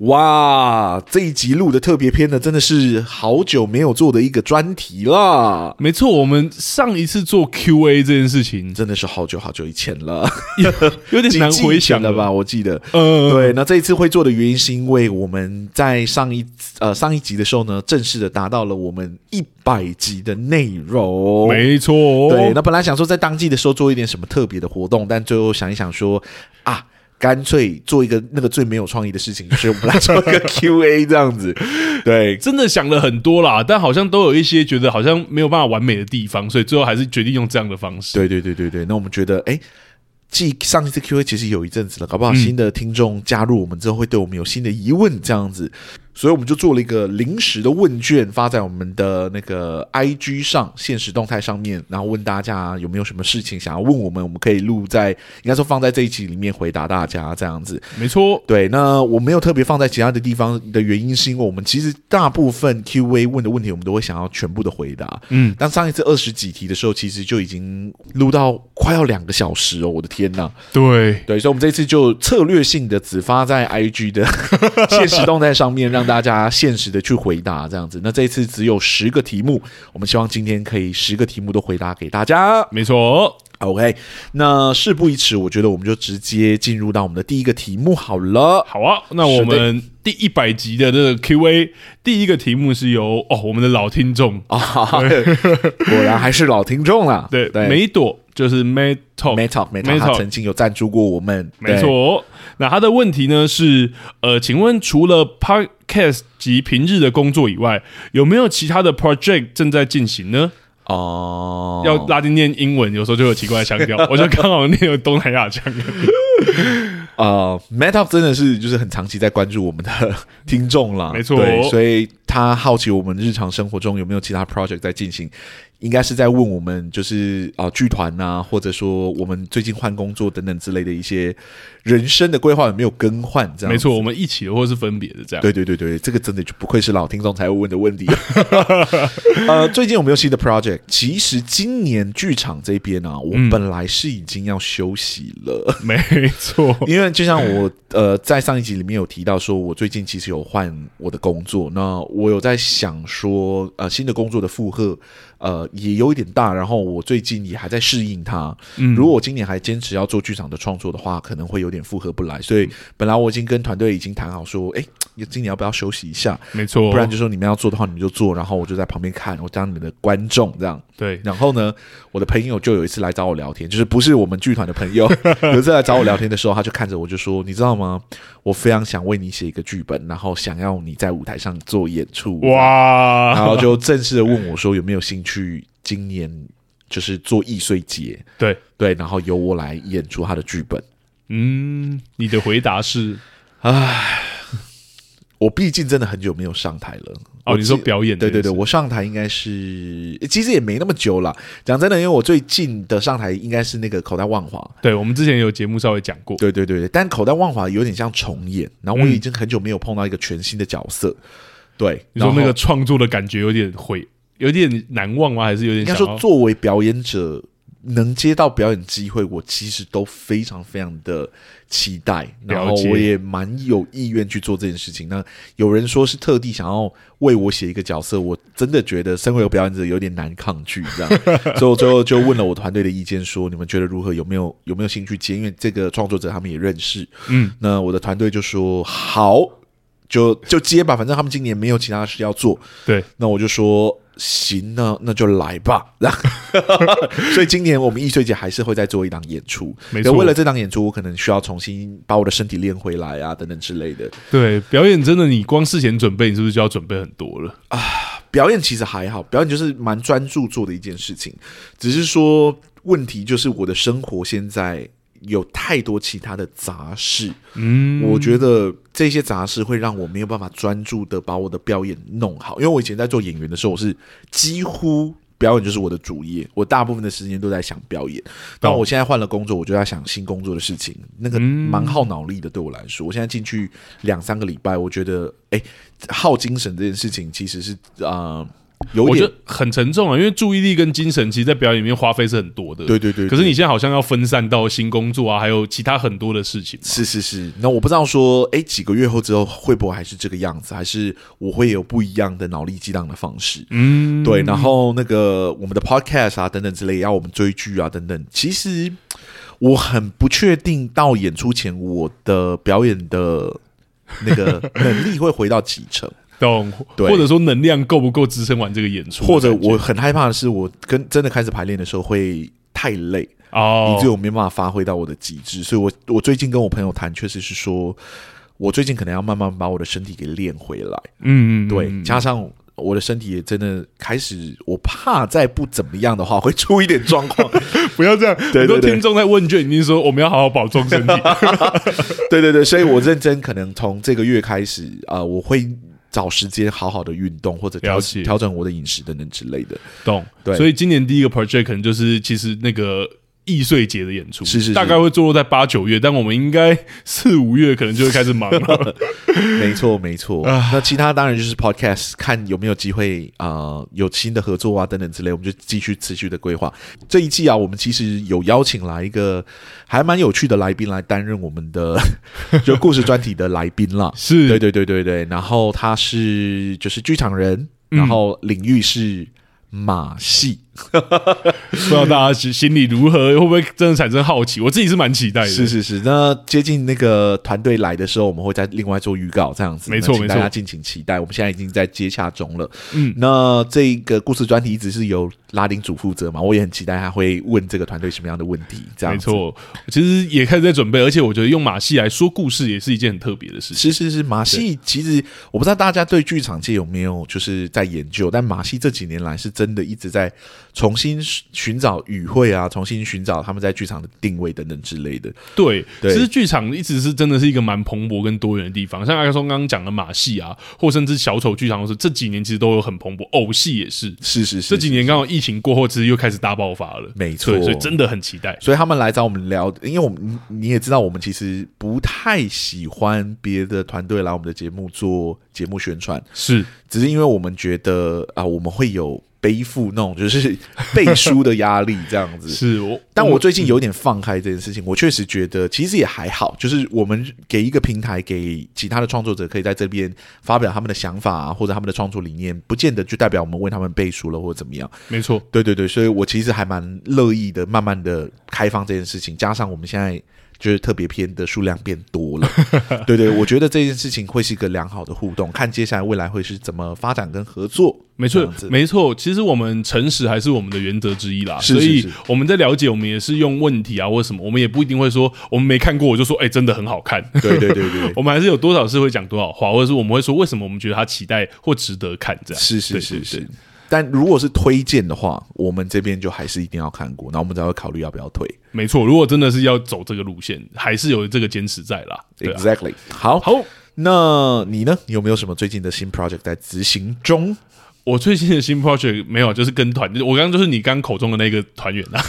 哇，这一集录的特别篇呢，真的是好久没有做的一个专题啦，没错，我们上一次做 Q&A 这件 事情真的是好久好久以前了，有点 难几季以回想前了了？吧？我记得。呃，对，那这一次会做的原因是因为我们在上一呃上一集的时候呢，正式的达到了我们一百集的内容。没错。对，那本来想说在当季的时候做一点什么特别的活动，但最后想一想说啊。干脆做一个那个最没有创意的事情，就是我们来做一个 Q&A 这样子。对，真的想了很多啦，但好像都有一些觉得好像没有办法完美的地方，所以最后还是决定用这样的方式。对对对对对，那我们觉得，哎，继上一次 Q&A 其实有一阵子了，搞不好新的听众加入我们之后，会对我们有新的疑问这样子，所以我们就做了一个临时的问卷，发在我们的那个 IG 上、现实动态上面，然后问大家有没有什么事情想要问我们，我们可以录在，应该说放在这一集里面回答大家这样子。没错，对，那我没有特别放在其他的地方的原因，是因为我们其实大部分 Q&A 问的问题，我们都会想要全部的回答。嗯，但上一次二十几题的时候，其实就已经录到快要两个小时哦，我的天呐！对，对，所以我们这次就策略性的只发在 IG 的 现实动态上面，让大家限时的去回答这样子。那这一次只有十个题目，我们希望今天可以十个题目都回答给大家。没错。 OK，那事不宜迟，我觉得我们就直接进入到我们的第一个题目好了。好啊，那我们第一百集的这个 Q&A 第一个题目是由哦我们的老听众啊、果然还是老听众啦。对对，梅朵就是 May Talk Meta Meta，他 Meta 曾经有赞助过我们，没对。错。那他的问题呢是，呃，请问除了 podcast 及平日的工作以外，有没有其他的 project 正在进行呢？哦，要拉丁念英文，有时候就有奇怪的腔 调，我就刚好念有东南亚腔。呃，Meta 真的是就是很长期在关注我们的 听众啦，没错对所以他好奇我们日常生活中有没有其他 project 在进行，应该是在问我们就是啊、呃剧团呐，或者说我们最近换工作等等之类的一些人生的规划有没有更换，这样没。错，我们一起的或是分别的这样。对对对对，这个真的就不愧是老听众才会问的问题。 呃，最近有没有新的 project？其实今年剧场这边啊，嗯我本来是已经要休息了。没错， 因为就像我呃，在上一集里面有提到说，我最近其实有换我的工作，那我有在想说，呃，新的工作的负荷，呃，也有一点大，然后我最近也还在适应它。嗯如果我今年还坚持要做剧场的创作的话，可能会有点负荷不来，所以本来我已经跟团队已经谈好说，哎，今年要不要休息一下？没错，不然就说你们要做的话，你们就做，然后我就在旁边看，我当你们的观众这样。对，然后呢，我的朋友就有一次来找我聊天，就是不是我们剧团的朋友， 有一次来找我聊天的时候，他就看着我就说：“你知道吗？我非常想为你写一个剧本，然后想要你在舞台上做演出。”！然哇，后就正式的问我说：“有没有兴趣今年就是做易碎节？对，对，然后由我来演出他的剧本。”嗯，你的回答是我毕竟真的很久没有上台了。哦，我你说记表演对对对，这件事我上台应该是其实也没那么久了。讲真的，因为我最近的上台应该是那个口袋万华。对，我们之前有节目稍微讲过，对对对对，但口袋万华有点像重演，然后我已经很久没有碰到一个全新的角色。嗯对，你说然后那个创作的感觉有点毁，有点难忘吗？还是有点应该想说要作为表演者。能接到表演机会，我其实都非常非常的期待，然后了解我也蛮有意愿去做这件事情。那有人说是特地想要为我写一个角色，我真的觉得身为表演者有点难抗拒 这样，所以我最后就问了我团队的意见说，你们觉得如何？有没有有没有兴趣接？因为这个创作者他们也认识，嗯，那我的团队就说好，就就接吧，反正他们今年没有其他事要做。对，那我就说行，那那就来吧。 然后所以今年我们易碎节还是会再做一档演出，没错可为了这档演出，我可能需要重新把我的身体练回来啊，等等之类的。对，表演真的，你光事前准备，你是不是就要准备很多了？表演其实还好，表演就是蛮专注做的一件事情，只是说问题就是我的生活现在有太多其他的杂事，嗯，我觉得这些杂事会让我没有办法专注的把我的表演弄好，因为我以前在做演员的时候，我是几乎表演就是我的主业，我大部分的时间都在想表演。但我现在换了工作，我就在想新工作的事情，那个嗯蛮耗脑力的，对我来说。我现在进去两三个礼拜，我觉得，哎，耗精神这件事情其实是啊、呃有我觉点得很沉重啊，因为注意力跟精神其实，在表演里面花费是很多的。对对对对可是你现在好像要分散到新工作啊，还有其他很多的事情嘛。是是是，那我不知道说，哎，几个月后之后会不会还是这个样子，还是我会有不一样的脑力激荡的方式？嗯，对，然后那个我们的 podcast 啊等等之类，要我们追剧啊等等，其实我很不确定到演出前我的表演的那个能力会回到几成，懂。对或者说能量够不够支撑完这个演 出的感或觉？者我很害怕的是，我跟真的开始排练的时候会太累。哦，以致我没办法发挥到我的极致。所以我我最近跟我朋友谈，确实是说，我最近可能要慢慢把我的身体给练回来。嗯嗯，嗯对，嗯加上我的身体也真的开始，我怕再不怎么样的话会出一点状 况。不要这样。对很多对听众在问卷已经说我们要好好保重 身体。对对对，所以我认真可能从这个月开始啊、呃我会。找时间好好的运动，或者调了解调整我的饮食等等之类的。懂，对所以今年第一个 project 可能就是其实那个易碎节的演出，是是是大概会坐落在八九月，但我们应该四五月可能就会开始 忙了。没错，没错。那其他当然就是 podcast，看有没有机会啊、呃有新的合作啊等等之类，我们就继续持续的规划。这一季啊，我们其实有邀请来一个还蛮有趣的来宾来担任我们的 就故事专题的来宾啦。是对对对对对，然后他是就是剧场人，然后领域是马戏。不知道大 家心心里如何，会不会真的产生好奇？我自己是蛮期待的。是是是，那接近那个团队来的时候，我们会再另外做预告，这样子，没错那请大没家错敬请期待。我们现在已经在接洽中了。嗯，那这个故事专题一直是由拉丁主负责嘛，我也很期待他会问这个团队什么样的问题，这样没子。错，其实也开始在准备，而且我觉得用马戏来说故事也是一件很特别的事情。是是是，马戏其实我不知道大家对剧场界有没有就是在研究，但马戏这几年来是真的一直在重新寻找语汇啊，重新寻找他们在剧场的定位等等之类的。对，对其实剧场一直是真的是一个蛮蓬勃跟多元的地方，像阿克松刚刚讲的马戏啊，或甚至小丑剧场都是，这几年其实都有很蓬勃，偶戏也是。是是是，这几年刚好疫情过后，其实又开始大爆发了，没错对所以真的很期待。所以他们来找我们聊，因为我们你你也知道，我们其实不太喜欢别的团队来我们的节目做节目宣传，是只是因为我们觉得啊、我们会有背负那种就是背书的压力这样子。是，我但我最近有点放开这件事情，我确实觉得其实也还好，就是我们给一个平台给其他的创作者可以在这边发表他们的想法、啊、或者他们的创作理念，不见得就代表我们为他们背书了或者怎么样。没错，对对对，所以我其实还蛮乐意的，慢慢的开放这件事情，加上我们现在就是特别篇的数量变多 了，对对，我觉得这件事情会是一个良好的互动，看接下来未来会是怎么发展跟合作，没这错样，子没错。其实我们诚实还是我们的原则之一啦，是所以是是我们在了解，我们也是用问题啊或者什么，我们也不一定会说我们没看过，我就说哎、真的很好看。对对对对， 我们还是有多少是会讲多少话，或者是我们会说为什么我们觉得它期待或值得看这样。是是对是对是对。但如果是推荐的话，我们这边就还是一定要看过，那我们才会考虑要不要推。没错，如果真的是要走这个路线，还是有这个坚持在啦。对啊， Exactly，好，好，那你呢？你有没有什么最近的新 project 在执行中？我最新的新 project 没有，就是跟团，就是我刚刚就是你刚口中的那个团员 啊，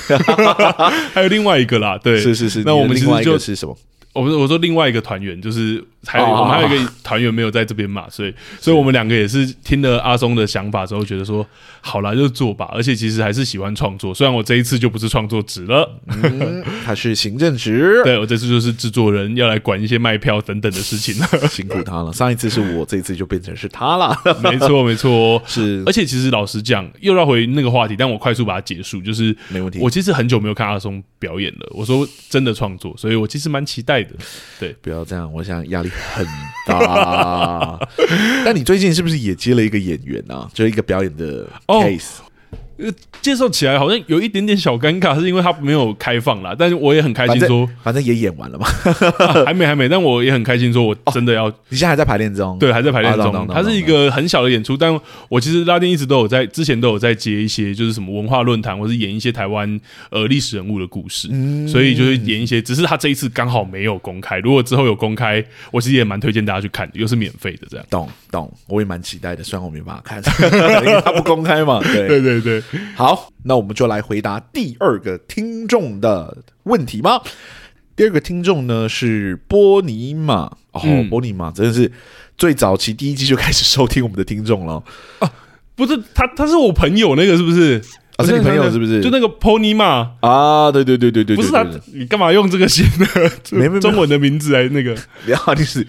还有另外一个啦，对，是是是，那你的我们其另外实一就个是什么？我说我说另外一个团员就是还有、哦我们还有一个团员没有在这边嘛，所以所以我们两个也是听了阿松的想法之后，觉得说好啦，就做吧，而且其实还是喜欢创作，虽然我这一次就不是创作职了，嗯，他是行政职。 对我这次就是制作人要来管一些卖票等等的事情了， 辛苦他了。上一次是我，这一次就变成是他了。没错没错。是而且其实老实讲，又绕回那个话题，但我快速把它结束，就是没问题我其实很久没有看阿松表演了，我说真的创作，所以我其实蛮期待的。对，不要这样，我想压力很 大。但你最近是不是也接了一个演员啊？就是一个表演的哦 case，、介绍呃起来好像有一点点小尴尬，是因为它没有开放啦。但是我也很开反心说正，反正也演完了嘛。 啊还没还没，但我也很开心说，我真的要、你现在还在排练中，对还在排啊练啊懂懂中。懂它是一懂个很小的演出，但我其实拉丁一直都有在之前都有在接一些就是什么文化论坛，或是演一些台湾呃历史人物的故事，嗯所以就是演一些。只是他这一次刚好没有公开，如果之后有公开，我其实也蛮推荐大家去看的，又是免费的这样。 懂懂，我也蛮期待的，虽然我没办法看，因为他不公开嘛。对对对，好，那我们就来回答第二个听众的问题吧。第二个听众呢是波尼玛，哦，嗯波尼玛真的是最早期第一季就开始收听我们的听众了。不是他，他是我朋友那个是不是？啊是你朋友是不是就那个 Pony 嘛，啊，对对对对对，不是对他，你干嘛用这个新 没没没的中文的名字来 那个？对然后你是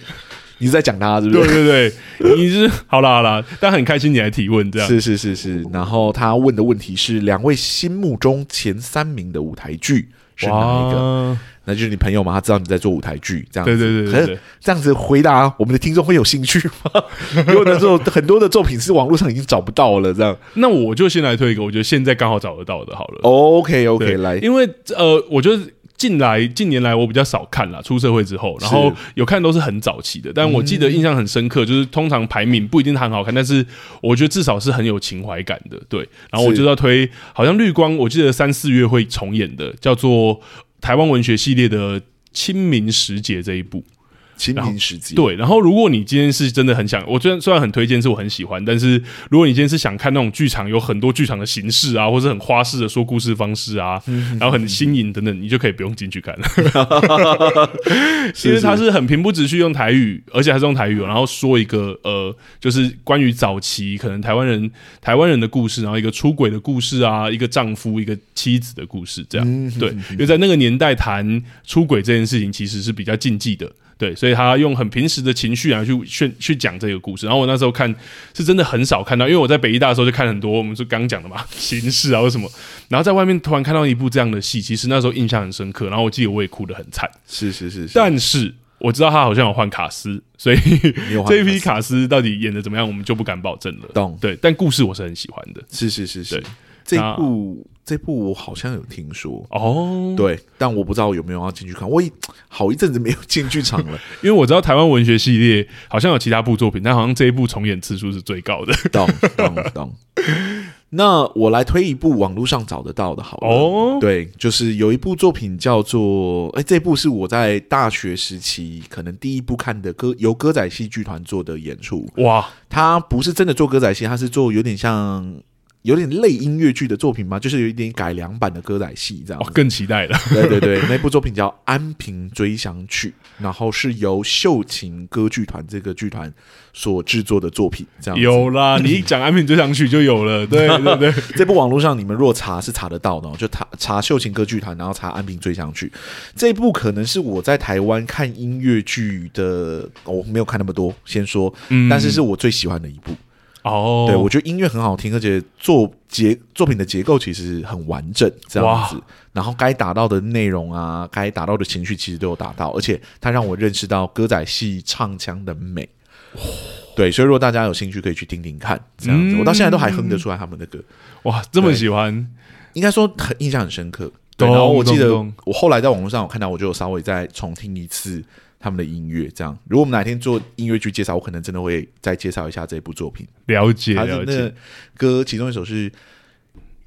你是在讲他是不对是？对对，你是好啦好啦，但很开心你来提问这样。是是是是。然后他问的问题是两位心目中前三名的舞台剧是哪一个？哇那就是你朋友嘛，他知道你在做舞台剧，这样子对对对对可对是这样子回答我们的听众会有兴趣吗？ 因为那时候很多的作品是网络上已经找不到了，这样。那我就先来推一个，我觉得现在刚好找得到的，好了。 OK 对 OK，来，因为呃，我觉得。近来近年来我比较少看啦，出社会之后，然后有看都是很早期的，但我记得嗯印象很深刻，就是通常排名不一定它很好看，但是我觉得至少是很有情怀感的，对。然后我是就要推，好像绿光，我记得三四月会重演的，叫做台湾文学系列的《清明时节》这一部，清然后明时节，对，然后如果你今天是真的很想，我虽然虽然很推荐，是我很喜欢，但是如果你今天是想看那种剧场有很多剧场的形式啊，或是很花式的说故事方式啊，然后很新颖等等，你就可以不用进去看， 因为它是很平铺直叙用台语，而且还是用台语哦，然后说一个呃，就是关于早期可能台湾人台湾人的故事，然后啊一个出轨的故事啊，一个丈夫一个妻子的故事这样。对，因为在那个年代谈出轨这件事情其实是比较禁忌的。对，所以他用很平时的情绪啊去去去讲这个故事。然后我那时候看是真的很少看到，因为我在北医大的时候就看很多，我们是刚讲的嘛，形式啊或什么。然后在外面突然看到一部这样的戏，其实那时候印象很深刻。然后我记得我也哭得很惨，是是是是，但是我知道他好像有换卡斯，所以你有换 这一批卡卡斯到底演的怎么样，我们就不敢保证了。懂对，但故事我是很喜欢的。是是是是对，这那部这部我好像有听说。哦，对，但我不知道有没有要进去看。我已好一阵子没有进剧场了，因为我知道台湾文学系列好像有其他部作品，但好像这一部重演次数是最高的。懂懂 懂。那我来推一部网络上找得到的好了。哦对，就是有一部作品叫做……哎、这部是我在大学时期可能第一部看的歌，由歌仔戏剧团做的演出。 哇，他不是真的做歌仔戏，他是做有点像。有点类音乐剧的作品嘛，就是有一点改良版的歌仔戏这样哦子。，更期待了。对对对，那部作品叫《安平追想曲》，然后是由秀琴歌剧团这个剧团所制作的作品。这样子有啦，你一讲安平追想曲就有 了，对对对，这部网络上你们若查是查得到的、哦，就查查秀琴歌剧团，然后查安平追想曲。这部可能是我在台湾看音乐剧的，哦我没有看那么多，先说，嗯但是是我最喜欢的一部。哦，对我觉得音乐很好听，而且作结作品的结构其实很完整，这样子。然后该达到的内容啊，该达到的情绪其实都有达到，而且它让我认识到歌仔戏唱腔的美。对，所以如果大家有兴趣，可以去听听看，这样嗯子。我到现在都还哼得出来他们的歌。哇，这么喜欢，应该说很印象很深刻。对，懂然后我记得懂懂我后来在网络上我看到，我就有稍微再重听一次他们的音乐。这样，如果我们哪天做音乐剧介绍，我可能真的会再介绍一下这部作品。了解它了是解那，歌其中一首是。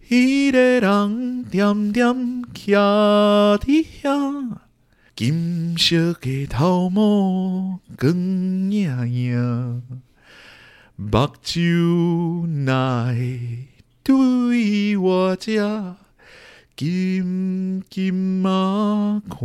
一个人点点徛伫遐，金色的头毛光影影，目睭哪会对我这金金啊看？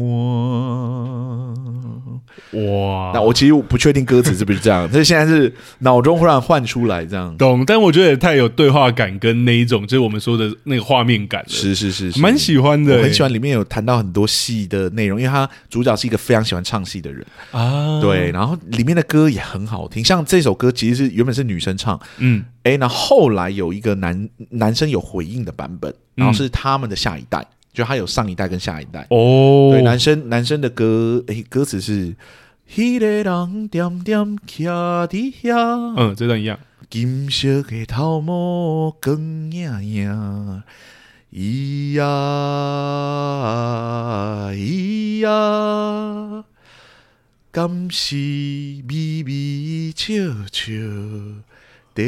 哇，那我其实我不确定歌词是不是这样，这现在是脑中忽然换出来这样。懂，但我觉得也太有对话感跟那一种，就是我们说的那个画面感了，是是是是，蛮喜欢的、欸我很喜欢里面有谈到很多戏的内容，因为他主角是一个非常喜欢唱戏的人，啊，，对，然后里面的歌也很好听，像这首歌其实是原本是女生唱，嗯，哎，那后来有一个男男生有回应的版本，然后是他们的下一代，就他有上一代跟下一代，嗯哦，对，男生男生的歌，哎，歌词是。迄个人点点徛伫遐，嗯，这段一样，金色的头毛光影影，咿呀咿呀，敢是微微笑笑在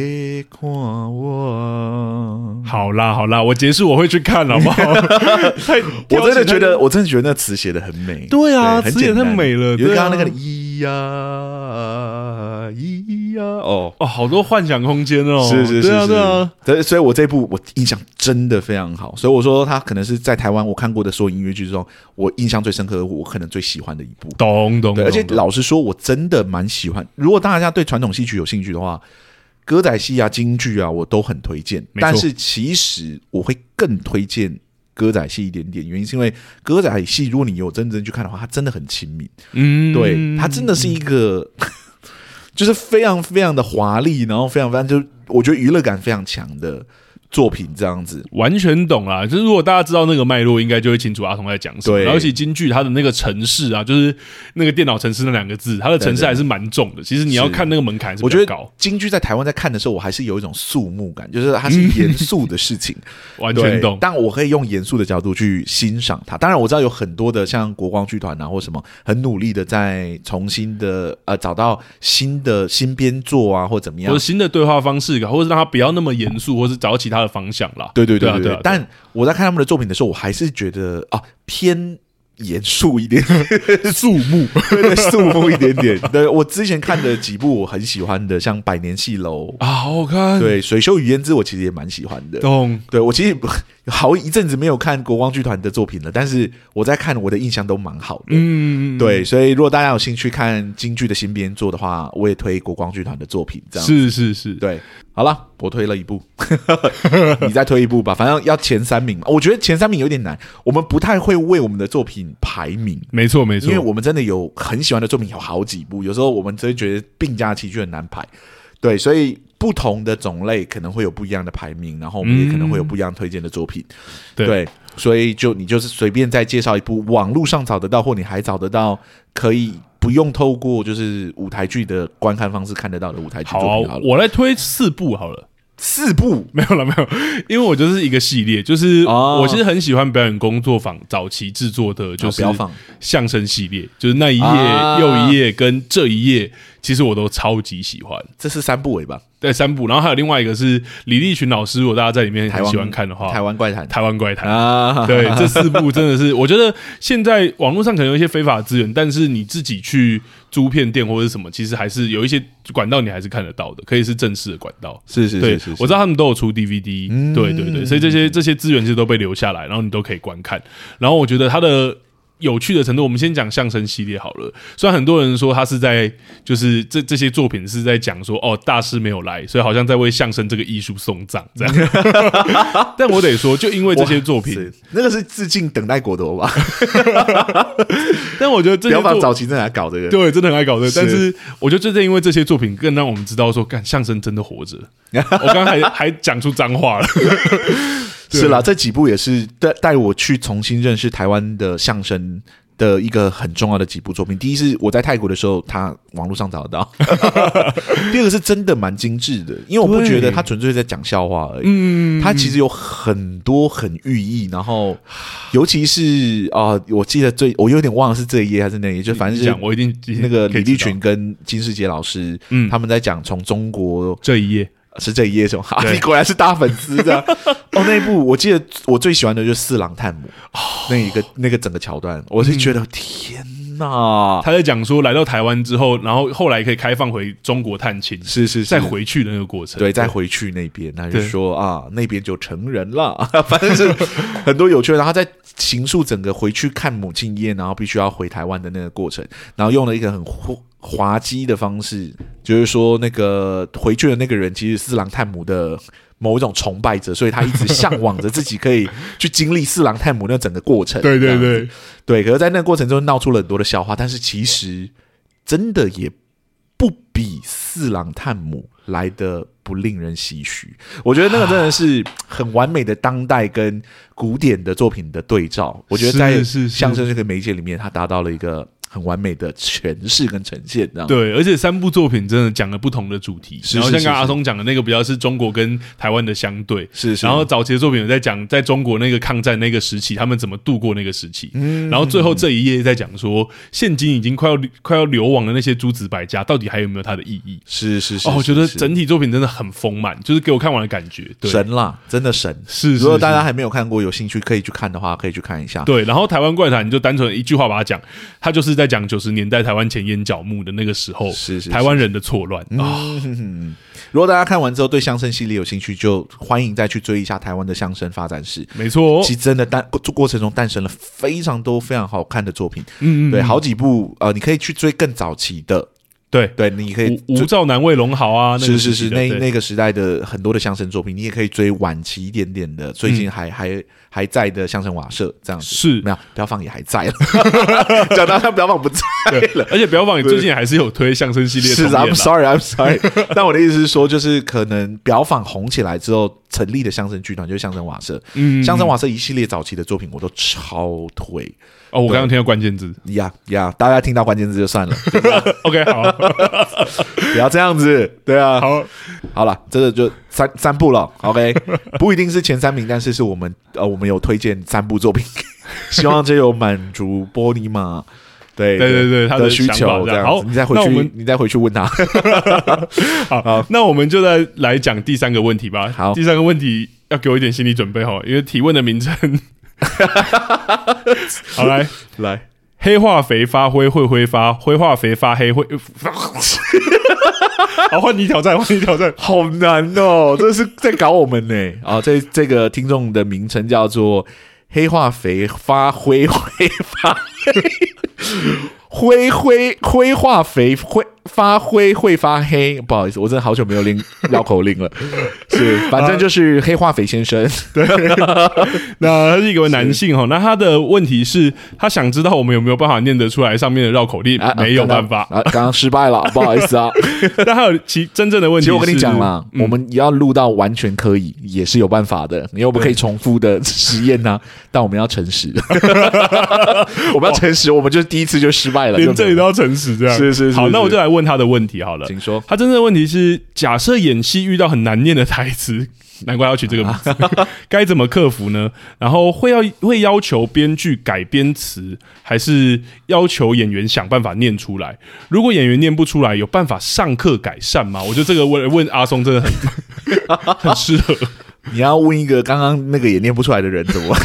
看我。好啦好啦，我结束我会去看，好不好？ 太我真的觉得，。我真的觉得那词写的很美。对啊很词也简单太美了因为对刚啊刚那个咿呀咿呀，哦，哦，好多幻想空间哦，是是是对啊是对啊，对，所以我这部我印象真的非常好，所以我说它可能是在台湾我看过的所有音乐剧中，我印象最深刻，我可能最喜欢的一部。懂懂，对，懂而且懂老实说，我真的蛮喜欢。如果大家对传统戏曲有兴趣的话，歌仔戏啊、京剧啊，我都很推荐。没错但是其实我会更推荐歌仔戏一点点，原因是因为歌仔戏，如果你有真正去看的话，它真的很亲民。嗯，对，它真的是一个， 就是非常非常的华丽，然后非常非常就是我觉得娱乐感非常强的作品，这样子。完全懂啦，就是如果大家知道那个脉络，应该就会清楚阿童在讲什么。对然后，而且京剧它的那个城市啊，就是那个电脑城市那两个字，它的城市还是蛮重的。其实你要看那个门槛还是我比觉较得高，京剧在台湾在看的时候，我还是有一种肃穆感，就是它是严肃的事情。 完对，全懂。但我可以用严肃的角度去欣赏它。当然，我知道有很多的像国光剧团啊，或什么，很努力的在重新的呃找到新的新编作啊，或怎么或样者。新的对话方式，或者让它不要那么严肃，或是找其他的方向啦。对对对啊对对啊对。但我在看他们的作品的时候，我还是觉得啊偏。严肃一 点，肃穆， 对对，肃穆一点点。对我之前看的几部我很喜欢的，像《百年戏楼》，啊，好好看，，对《水袖与胭脂》，我其实也蛮喜欢的。懂。嗯对我其实 好一阵子没有看国光剧团的作品了，但是我在看我的印象都蛮好的。嗯，对，所以如果大家有兴趣看京剧的新编作的话，我也推国光剧团的作品。这样是是是，对，好了，我推了一部， 你再推一部吧，反正要前三名嘛。我觉得前三名有点难，我们不太会为我们的作品排名。没错没错因为。我们真的有很喜欢的作品，有好几部，有时候我们真的觉得并驾齐驱很难排，对，所以不同的种类可能会有不一样的排名，然后我们也可能会有不一样推荐的作品，对所以就你就是随便再介绍一部网络上找得到，或你还找得到可以不用透过就是舞台剧的观看方式看得到的舞台剧好作品啊好，了，我来推四部好了。 四部没有了，没有，因为我就是一个系列，就是哦我其实很喜欢表演工作坊早期制作的，就好是啊不要放相声系列，就是那一啊页、又一页跟这一页，其实我都超级喜欢。这是三部尾吧？对，三部，然后还有另外一个是李立群老师，如果大家在里面很喜欢看的话，台湾怪谈台湾怪 谈。啊，对，这四部真的是，我觉得现在网络上可能有一些非法资源，但是你自己去租片店或者是什么，其实还是有一些管道，你还是看得到的，可以是正式的管道。是是对是是，，我知道他们都有出 DVD，、对嗯对对，所以这些这些资源其实都被留下来，然后你都可以观看。然后我觉得它的有趣的程度，我们先讲相声系列好了。虽然很多人说他是在就是这这些作品是在讲说哦大师没有来，所以好像在为相声这个艺术送葬这样。但我得说，就因为这些作 品，是那个是致敬等待果多吧？但我觉得这些标榜作早期正来搞这个，对真的很爱搞这个，是但是我觉得正是因为这些作品，更让我们知道说，干相声真的活 着。我刚刚还还讲出脏话了，是啦，这几部也是带带我去重新认识台湾的相声。的一个很重要的几部作品，第一是我在泰国的时候，他网络上找得 到；第二个是真的蛮精致的，因为我不对觉得他纯粹在讲笑话而已，嗯，他其实有很多很寓意，然后尤其是啊、我记得最我有点忘了是这一页还是那一页，就反正你讲是我一定那个可李以知立道群跟金世杰老师，嗯他们在讲从中国这一页，是这一页是吗？啊对你果然是大粉丝的 哦。那一部我记得我最喜欢的就是《四郎探母》哦那一个那个整个桥段，我是嗯觉得、天哪！他在讲说来到台湾之后，然后后来可以开放回中国探亲，是是再是，回去的那个过程。对，再回去那边，他就对说啊，那边就成人了， 反正是很多有趣的。然后在形塑整个回去看母亲宴，然后必须要回台湾的那个过程，然后用了一个很滑滑稽的方式，就是说那个回去的那个人其实是四郎探母的某一种崇拜者，所以他一直向往着自己可以去经历四郎探母那整个过程。 对这对样对，对，可是，在那个过程中闹出了很多的笑话，但是其实真的也不比四郎探母来的不令人唏嘘。我觉得那个真的是很完美的当代跟古典的作品的对照。我觉得在是是是相声这个媒介里面，它达到了一个很完美的诠释跟呈现。这样对，而且三部作品真的讲了不同的主题。是然后是像是刚刚是阿松讲的那个比较是中国跟台湾的相对。是是，然后早期的作品有在讲在中国那个抗战那个时期，他们怎么度过那个时期。然后最后这一页在讲说，现今已经快要快要流亡的那些诸子百家，到底还有没有它的意义？是是是，哦，我觉得是整体作品真的很丰满，就是给我看完的感觉。对，啊神啦，真的神。是，如果是大是家还没有看过，有兴趣可以去看的话，可以去看一下。对，然后台湾怪谈你就单纯一句话把它讲，它就是在在讲九十年代台湾前眼角幕的那个时候，是是是台湾人的错乱啊，如果大家看完之后对相声系列有兴趣，就欢迎再去追一下台湾的相声发展史。没错，其实真的诞过过程中诞生了非常多非常好看的作品，嗯嗯，对，好几部呃，你可以去追更早期的，对，对，你可以吴吴兆南、卫龙豪啊，嗯那是个是时是，期的那对那个时代的很多的相声作品，你也可以追晚期一点点的，最近还、还还在的相声瓦舍这样子。嗯是没，有，不要放也还在了， 讲到他 不要放不在了。而且不要忘，你最近还是有推相声系列是重演啊，I'm sorry，I'm 啦，sorry。但 我的意思是说，就是可能表坊红起来之后成立的相声剧团就是相声瓦舍，嗯，相声瓦舍一系列早期的作品我都超推哦，我刚刚听到关键字呀呀！大家听到关键字就算了， ，OK，好， 不要这样子，对啊。好，好了，这个就三三部了，OK，不一 定是前三名，但是是我们呃，我们有推荐三部作品， 希望这有满足波尼玛对对对对他的的需想求法这这样样好子，你再回那我去们你再回去问 他，好，那我们就再来讲第三个问题吧。好第三个问题要给我一点心理准备哈，因为提问的名称。好来，来，黑化肥发灰会挥发，灰化肥发黑会。 好，换你挑战，换你挑战。好难哦，这是在搞我们呢、 啊，这这个听众的名称叫做黑化肥发灰灰发灰灰灰灰化肥灰发灰会发黑，不好意思，我真的好久没有练绕口令了，是，反正就是黑化肥先生，那他是一个男性哈，那他的问题是，他想知道我们有没有办法念得出来上面的绕口令，啊没有办法。啊，刚刚失败了，不好意思啊，但还有其真正的问题其是，实我跟你讲啦，我们要录到完全可以也是有办法的，因为我们可以重复的实验呢、但我们要诚实，我们要诚实，我们就第一次就失败了，连这里就没都要诚实，这样是是是好，是那我就来问他的问题好了有，。请说，他真正的问题是，假设演戏遇到很难念的台词，难怪要取这个名字， 该怎么克服呢？然后会要会要求编剧改编词，还是要求演员想办法念出来？如果演员念不出来，有办法上课改善吗？我觉得这个问问阿松真的很很 适合。你要问一个刚刚那个也念不出来的人怎么？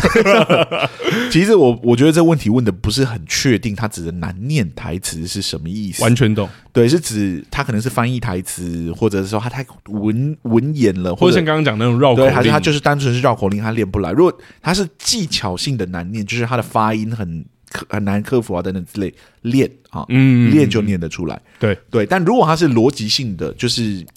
其实我我觉得这问题问的不是很确定，他指的难念台词是什么意思？完全懂，对，是指他可能是翻译台词，或者是说他太文文言了，或或者者像刚刚讲那种绕哦口对，令，还是他就是单纯是绕口令，他练不来。如果他是技巧性的难念，就是他的发音很克很难克服啊等等之类，练啊，嗯练就念得出来。对对，但如果他是逻辑性的，就是嘖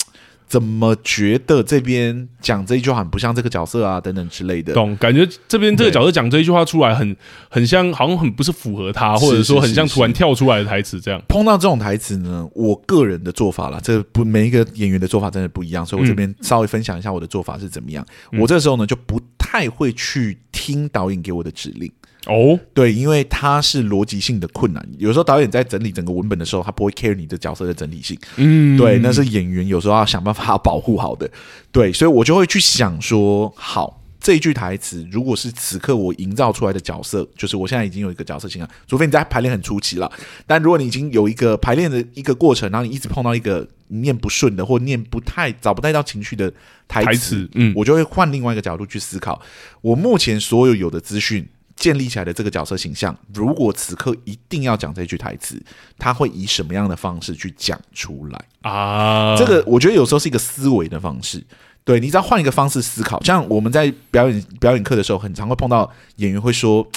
怎么觉得这边讲这一句话很不像这个角色啊等等之类的。懂，感觉这边这个对角色讲这一句话出来很，很像，好像很不是符合他，是或者说是很是像是突然跳出来的台词这样。碰到这种台词呢，我个人的做法啦，这不每一个演员的做法真的不一样，嗯所以我这边稍微分享一下我的做法是怎么样。我这时候呢就不太会去听导演给我的指令。哦，对，因为它是逻辑性的困难。有时候导演在整理整个文本的时候，他不会 care 你的角色的整体性。嗯，对，那是演员有时候要想办法保护好的。对，所以我就会去想说，好。这一句台词，如果是此刻我营造出来的角色，就是我现在已经有一个角色形象，除非你在排练很初期了。但如果你已经有一个排练的一个过程，然后你一直碰到一个念不顺的，或念不太找不太到情绪的台词，台词，嗯，我就会换另外一个角度去思考，我目前所有有的资讯建立起来的这个角色形象，如果此刻一定要讲这句台词，他会以什么样的方式去讲出来？啊，这个我觉得有时候是一个思维的方式。对，你只要换一个方式思考，像我们在表演表演课的时候，很常会碰到演员会说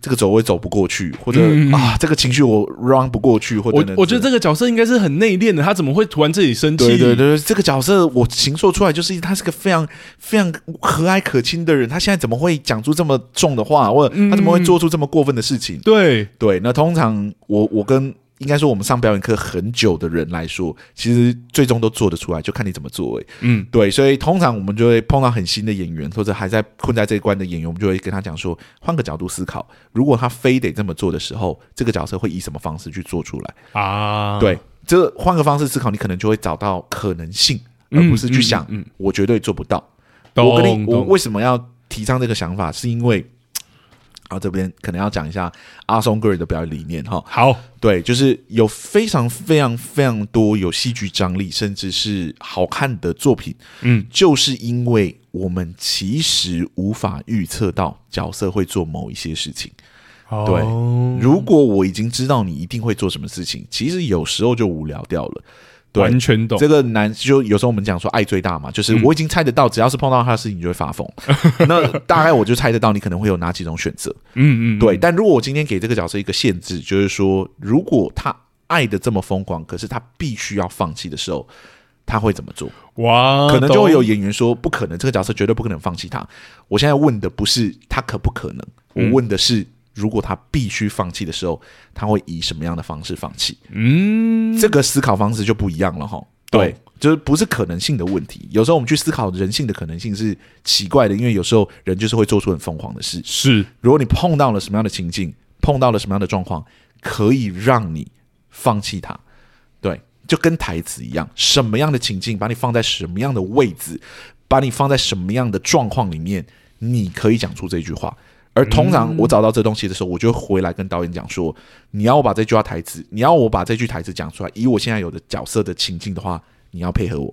这个走位走不过去，或者、啊这个情绪我 run 不过去，或者嗯我等等我觉得之类的这个角色应该是很内敛的，他怎么会突然自己生气？对对对，这个角色我形塑出来就是他是个非常非常和蔼可亲的人，他现在怎么会讲出这么重的话，或者他怎么会做出这么过分的事情？对对，那通常我我跟应该说我们上表演课很久的人来说，其实最终都做得出来，就看你怎么做、欸。嗯，对，所以通常我们就会碰到很新的演员，或者还在困在这一关的演员，我们就会跟他讲说，换个角度思考，如果他非得这么做的时候，这个角色会以什么方式去做出来？啊，对，这换个方式思考，你可能就会找到可能性，而嗯，不是去想、嗯，嗯我绝对做不到。嗯我跟你懂我懂为什么要提倡这个想法，是因为啊，这边可能要讲一下阿松个人的表演理念哈。好，对，就是有非常非常非常多有戏剧张力，甚至是好看的作品，嗯，就是因为我们其实无法预测到角色会做某一些事情。对哦如果我已经知道你一定会做什么事情，其实有时候就无聊掉了。对完全懂嗯这个难，就有时候我们讲说爱最大嘛，就是我已经猜得到，只要是碰到他的事情，你就会 发疯。那大概我就猜得到你可能会有哪几种选择。嗯嗯，对，但如果我今天给这个角色一个限制，就是说，如果他爱的这么疯狂，可是他必须要放弃的时候，他会怎么做？哇，可能就会有懂演员说，不可能，这个角色绝对不可能放弃他。我现在问的不是他可不可能，嗯我问的是，如果他必须放弃的时候，他会以什么样的方式放弃？嗯，这个思考方式就不一样了哈。懂对，就是不是可能性的问题。有时候我们去思考人性的可能性是奇怪的，因为有时候人就是会做出很疯狂的事。是如果你碰到了什么样的情境，碰到了什么样的状况，可以让你放弃它。对，就跟台词一样，什么样的情境把你放在什么样的位置，把你放在什么样的状况里面，你可以讲出这句话。而通常我找到这东西的时候，我就会回来跟导演讲说：你要我把这句话台词，你要我把这句台词讲出来，以我现在有的角色的情境的话，你要配合我，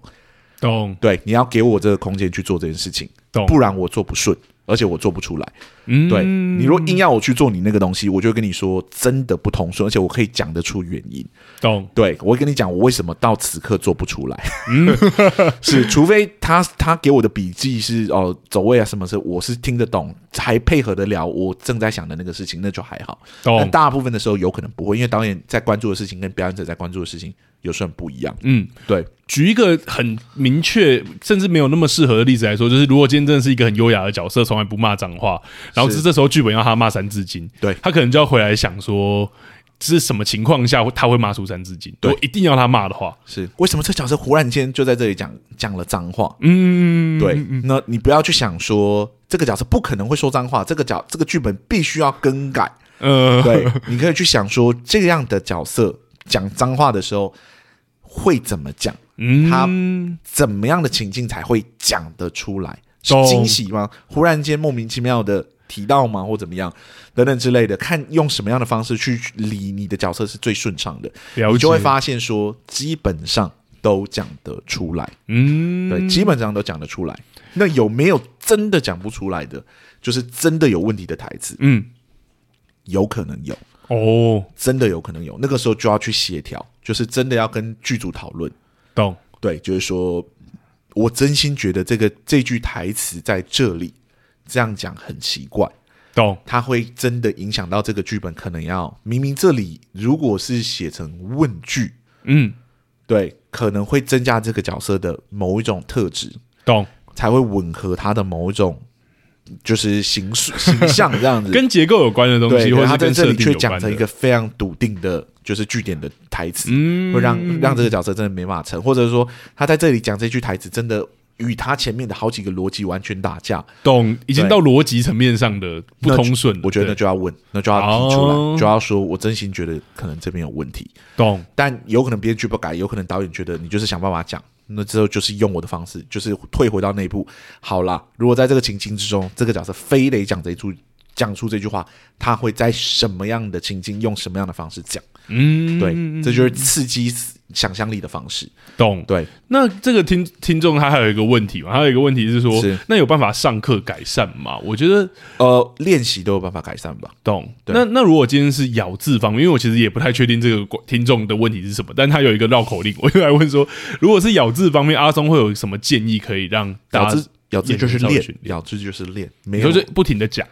懂对，你要给我这个空间去做这件事情，懂，不然我做不顺，而且我做不出来。嗯对你若硬要我去做你那个东西，我就会跟你说真的不通顺，而且我可以讲得出原因。懂对我会跟你讲我为什么到此刻做不出 来。是，除非他他给我的笔记是哦走位啊什么是，我是听得懂，还配合得了我正在想的那个事情，那就还好。但懂，大部分的时候有可能不会，因为导演在关注的事情跟表演者在关注的事情有时候很不一样。嗯。对，举一个很明确，甚至没有那么适合的例子来说，就是如果今天真的是一个很优雅的角色，从来不骂脏话，然后是这这时候剧本要他骂三字经，对他可能就要回来想说，是什么情况下他会骂出三字经？对我一定要他骂的话，是为什么这角色忽然间就在这里讲讲了脏话？嗯，对，那你不要去想说这个角色不可能会说脏话，这个角这个剧本必须要更 改。呃，对，你可以去想说这样的角色讲脏话的时候会怎么讲，嗯，他怎么样的情境才会讲得出来？是懂惊喜吗？忽然间莫名其妙的提到吗？或怎么样等等之类的，看用什么样的方式去理你的角色是最顺畅的，了你解，就会发现说基本上都讲得出来。嗯，对，基本上都讲得出来。那有没有真的讲不出来的？就是真的有问题的台词，嗯，有可能有，哦，真的有可能有。那个时候就要去协调，就是真的要跟剧组讨论。懂，对，就是说我真心觉得这个这句台词在这里这样讲很奇怪，懂，它会真的影响到这个剧本，可能要明明这里如果是写成问句，嗯，对，可能会增加这个角色的某一种特质，懂，才会吻合他的某一种就是形塑形象这样子。跟结构有关的东对，西，或可者他是在跟这设里定却有讲关成一的，个非常笃定的，就是据点的台词，嗯，会让让这个角色真的没办法成，或者说他在这里讲这句台词，真的与他前面的好几个逻辑完全打架，懂，已经对到逻辑层面上的不通顺，我觉得那对就要问，那就要提出哦来，就要说我真心觉得可能这边有问题，懂，但有可能编剧不改，有可能导演觉得你就是想办法讲，那之后就是用我的方式，就是退回到内部。好啦，如果在这个情境之中，这个角色非得讲这一句，讲出这句话，他会在什么样的情境，用什么样的方式讲？嗯，对，这就是刺激想象力的方式。懂。对，那这个听听众他还有一个问题嘛，还有一个问题是说，是那有办法上课改善吗？我觉得呃，练习都有办法改善吧？懂。对那那如果今天是咬字方面，因为我其实也不太确定这个观听众的问题是什么，但他有一个绕口令，我就来问说，如果是咬字方面，阿松会有什么建议可以让大咬家字？，咬字也就是是稍微练训，练咬字就是练，没你有说是不停的讲，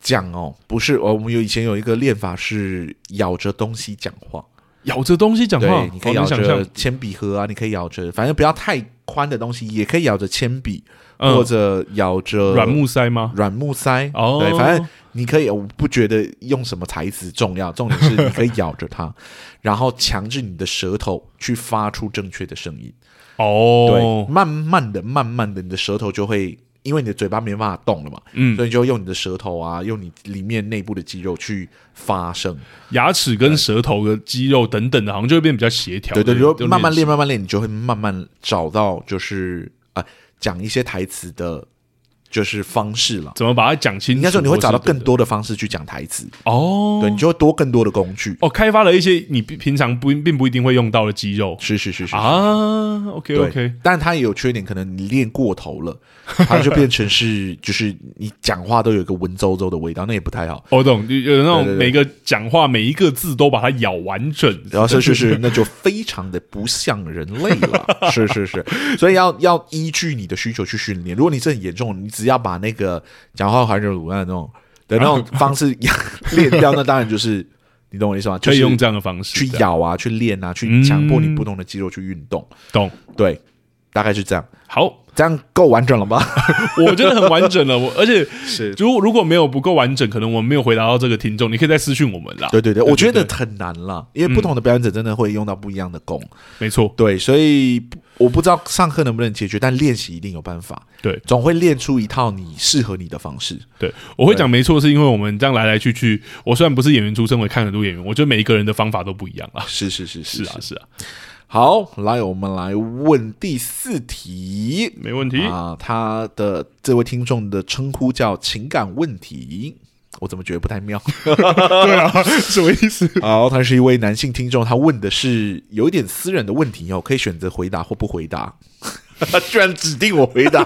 讲哦，不是哦。我们有以前有一个练法是咬着东西讲话。咬着东西讲话对，，你可以咬好难哦想着象，铅笔盒啊，你可以咬着，反正不要太宽的东西，也可以咬着铅笔、嗯或者咬着软木塞吗？软木塞。哦对，反正你可以，我不觉得用什么材质重要，重点是你可以咬着它， 然后强制你的舌头去发出正确的声音。哦对，，慢慢的、慢慢的，你的舌头就会。因为你的嘴巴没办法动了嘛，嗯所以你就用你的舌头啊，用你里面内部的肌肉去发声。牙齿跟舌头的肌肉等等的，好像就会变比较协调。对对，你就就慢慢练，慢慢练，你就会慢慢找到，就是啊，呃讲、一些台词的就是方式了。怎么把它讲清楚？应该说你会找到更多的方式去讲台词，哦，对你就会多更多的工具。哦，开发了一些你平平常不并不一定会用到的肌肉是是是是啊。OK 对 OK，但它也有缺点，可能你练过头了，它就变成是就是你讲话都有一个文绉绉的味道，那也不太好。我哦懂，有有对对那种对每个讲话每一个字都把它咬完整，然后是是是，那就非常的不像人类了。 是是是，所以要要依据你的需求去训练。如果你是很严重，你只要把那个讲话含着卤蛋的啊那种的那种方 式练掉，那当然就是你懂我意思吗？就可是以用这样的方式去这样咬啊，去练啊，去强迫你不同的肌肉去运动。懂。对，大概是这样，好，这样够完整了吧？我觉得很完整了。我 而且是如果如果没有不够完整，可能我们没有回答到这个听众，你可以再私讯我们 啦。对对对，我嗯觉得对很难了，因为不同的表演者真的会用到不一样的功。没错，对，所以不我不知道上课能不能解决，但练习一定有办法。对总会练出一套你适合你的方式。对，我会讲没错，是因为我们这样来来去去，我虽然不是演员出身，我也看很多演员，我觉得每一个人的方法都不一样啦。是是是是啊，是啊，好，来，我们来问第四题没问题。啊，他的这位听众的称呼叫情感问题。我怎么觉得不太 妙？ 对啊，什么意思？好，他是一位男性听众，他问的是有一点私人的问题哦，可以选择回答或不回答。他居然指定我回答。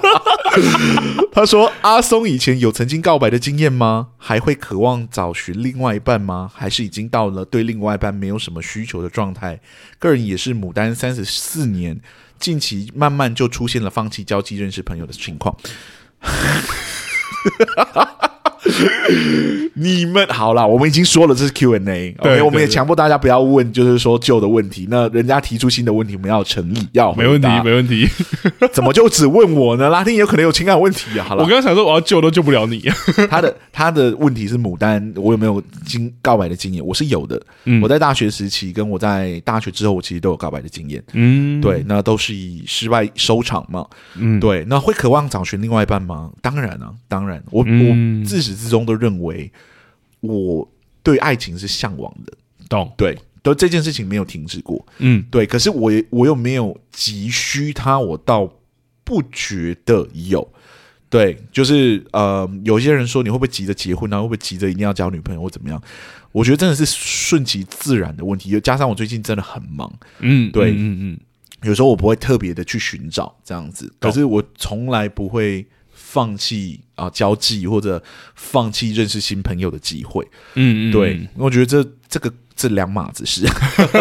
他说：“阿松以前有曾经告白的经验吗？还会渴望找寻另外一半吗？还是已经到了对另外一半没有什么需求的状态？个人也是牡丹三十四年，近期慢慢就出现了放弃交际、认识朋友的情况。 你们好啦，我们已经说了这是 Q&A，OK，、对我们也对对强迫大家不要问，就是说旧的问题。那人家提出新的问题，我们要有诚意，要回没问题答，没问题。怎么就只问我呢？拉丁也有可能有情感问题啊。好我了刚，刚想说，我要救都救不了你。他的他的问题是牡丹，我有没有经告白的经验？我是有的。嗯我在大学时期跟我在大学之后，我其实都有告白的经验。嗯，对，那都是以失败收场嘛。嗯，对，那会渴望找寻另外一半吗？当然啊，当然，我、嗯我自始至终都认为我对爱情是向往的。懂。对，都这件事情没有停止过。嗯，对，可是我也我又没有急需它，我倒不觉得有。对，就是呃，有些人说你会不会急着结婚啊，会不会急着一定要交女朋友或怎么样？我觉得真的是顺其自然的问题，又加上我最近真的很忙，嗯，对嗯嗯有时候我不会特别的去寻找这样子，可懂是我从来不会放弃啊、交际或者放弃认识新朋友的机会。嗯嗯，对嗯，我觉得这这个这两码子事，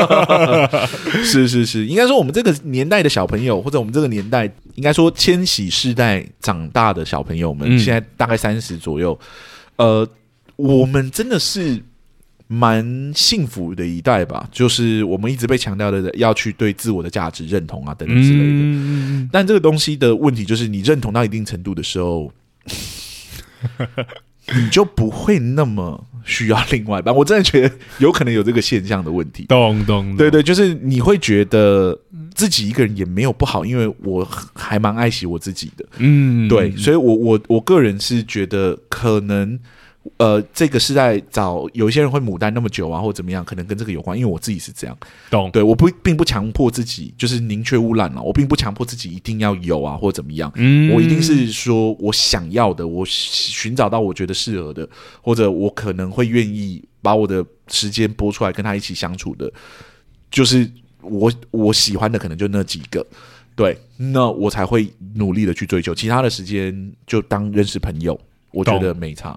是是是，应该说我们这个年代的小朋友，或者我们这个年代，应该说千禧世代长大的小朋友们，嗯现在大概三十左右，呃，我们真的是。蛮幸福的一代吧，就是我们一直被强调的要去对自我的价值认同啊等等之类的。嗯，但这个东西的问题就是，你认同到一定程度的时候， 你就不会那么需要另外一半。我真的觉得有可能有这个现象的问题。懂懂，对对，就是你会觉得自己一个人也没有不好，因为我还蛮爱惜我自己的。嗯，对，所以我我我个人是觉得可能。呃，这个是在找有一些人会牡丹那么久啊，或怎么样，可能跟这个有关。因为我自己是这样，懂，对，我不并不强迫自己，就是宁缺毋滥了。啊我并不强迫自己一定要有啊，或怎么样。嗯我一定是说我想要的，我寻找到我觉得适合的，或者我可能会愿意把我的时间拨出来跟他一起相处的，就是我我喜欢的可能就那几个，对，那我才会努力的去追求，其他的时间就当认识朋友，我觉懂得没差。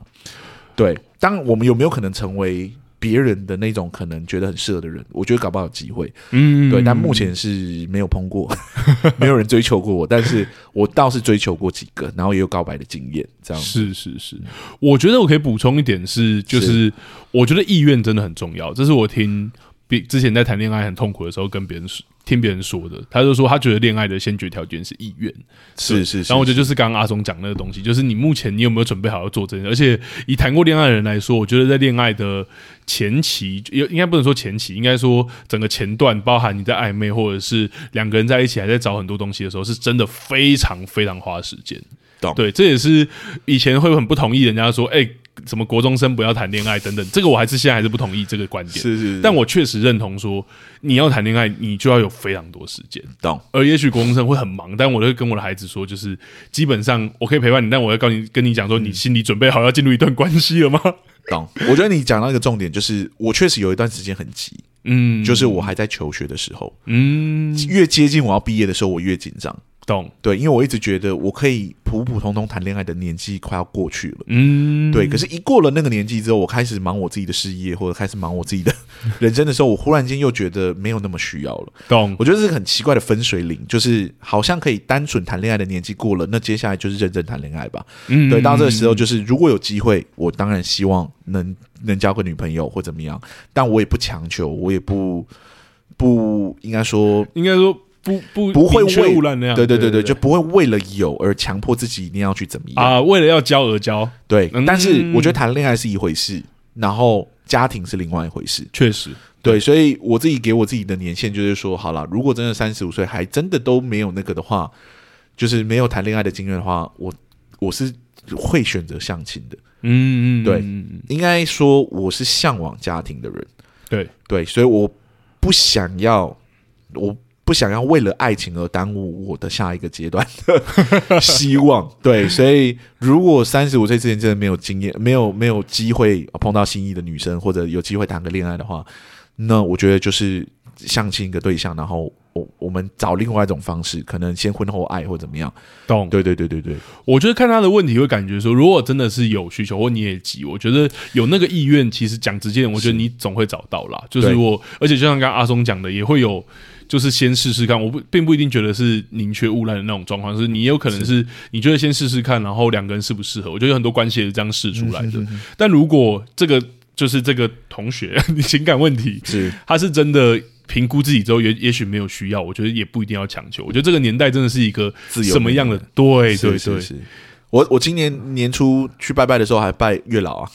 对，当然我们有没有可能成为别人的那种可能觉得很适合的人，我觉得搞不好有机会。嗯，对，但目前是没有碰过， 没有人追求过我，但是我倒是追求过几个，然后也有告白的经验，这样是是是，我觉得我可以补充一点是，就是我觉得意愿真的很重要，这是我听比之前在谈恋爱很痛苦的时候跟别人说听别人说的，他就说他觉得恋爱的先决条件是意愿，是是是。然后我觉得就是刚刚阿松讲那个东西，就是你目前你有没有准备好要做这件事？而且以谈过恋爱的人来说，我觉得在恋爱的前期，也应该不能说前期，应该说整个前段，包含你在暧昧或者是两个人在一起还在找很多东西的时候，是真的非常非常花时间懂。对，这也是以前会很不同意人家说，哎、什么国中生不要谈恋爱等等，这个我还是现在还是不同意这个观点。是是，但我确实认同说，你要谈恋爱，你就要有非常多时间。懂而呃也许国中生会很忙，但我都会跟我的孩子说，就是基本上我可以陪伴你，但我要告诉你跟你讲说，你心里准备好要进入一段关系了吗？懂。我觉得你讲到一个重点，就是我确实有一段时间很急，嗯，就是我还在求学的时候，嗯，越接近我要毕业的时候，我越紧张。懂，对，因为我一直觉得我可以普普通通谈恋爱的年纪快要过去了。嗯，对，可是，一过了那个年纪之后，我开始忙我自己的事业，或者开始忙我自己的人生的时候，我忽然间又觉得没有那么需要了。懂，我觉得这是个很奇怪的分水岭，就是好像可以单纯谈恋爱的年纪过了，那接下来就是认真谈恋爱吧。嗯，对，到这个时候就是如果有机会，我当然希望能能交个女朋友或怎么样，但我也不强求，我也不不应该说应该说不不不会明确为污染那样，对对对对对，就不会为了有而强迫自己一定要去怎么样。啊，为了要交而交，对，嗯但是我觉得谈恋爱是一回事，然后家庭是另外一回事。确实，对，所以我自己给我自己的年限就是说，好了，如果真的三十五岁还真的都没有那个的话，就是没有谈恋爱的经验的话，我我是会选择相亲的。嗯，嗯对嗯应该说我是向往家庭的人，对对，所以我不想要，我不想要为了爱情而耽误我的下一个阶段 的希望。对，所以如果三十五岁之前真的没有经验，没有没有机会呃碰到心仪的女生，或者有机会谈个恋爱的话，那我觉得就是相亲一个对象，然后我我们找另外一种方式，可能先婚后爱或怎么样。懂。对对对对对，我觉得看他的问题会感觉说，如果真的是有需求或你也急，我觉得有那个意愿，其实讲直接点，我觉得你总会找到啦。就是对我，而且就像刚刚阿松讲的，也会有。就是先试试看，我不并不一定觉得是宁缺毋滥的那种状况，是你也有可能是你就会先试试看，然后两个人适不适合。我觉得有很多关系也是这样试出来的。但如果这个就是这个同学情感问题，是他是真的评估自己之后也也许没有需要，我觉得也不一定要强求。我觉得这个年代真的是一个自由什么样的？对是对是对，是。我我今年年初去拜拜的时候还拜月老啊，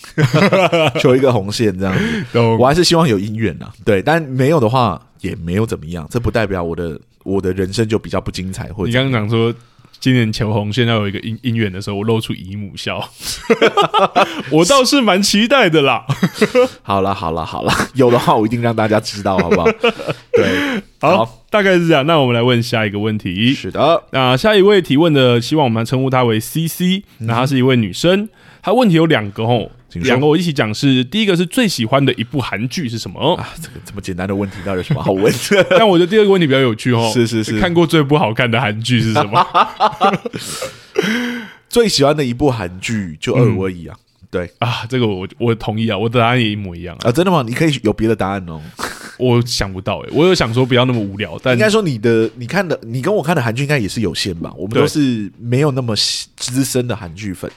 求一个红线这样子。懂我还是希望有姻缘啊，对，但没有的话也没有怎么样，这不代表我的我的人生就比较不精彩或你者刚刚讲说今年求红线要有一个姻姻缘的时候，我露出姨 母笑，我倒是蛮期待的啦。好了好了好了， 有的话我一定让大家知道，好不好？对， 好，好大概是这样。那我们来问下一个问题。是的，那下一位提问的，希望我们称呼她为 C C，那她是一位女生，她问题有两个嗯哦，请说两个我一起讲是第一个是最喜欢的一部韩剧是什么？啊，这个这么简单的问题，到底有什么好问？但我觉得第二个问题比较有趣哦， 是是是看过最不好看的韩剧是什 么？ 最喜欢的一部韩剧就嗯二五二一啊，对啊，这个我我同意啊，我的答案也一模一样啊，啊，真的吗？你可以有别的答案哦。我想不到诶、欸我有想说不要那么无聊，但应该说你的你看的你跟我看的韩剧应该也是有限吧？我们对都是没有那么资深的韩剧粉。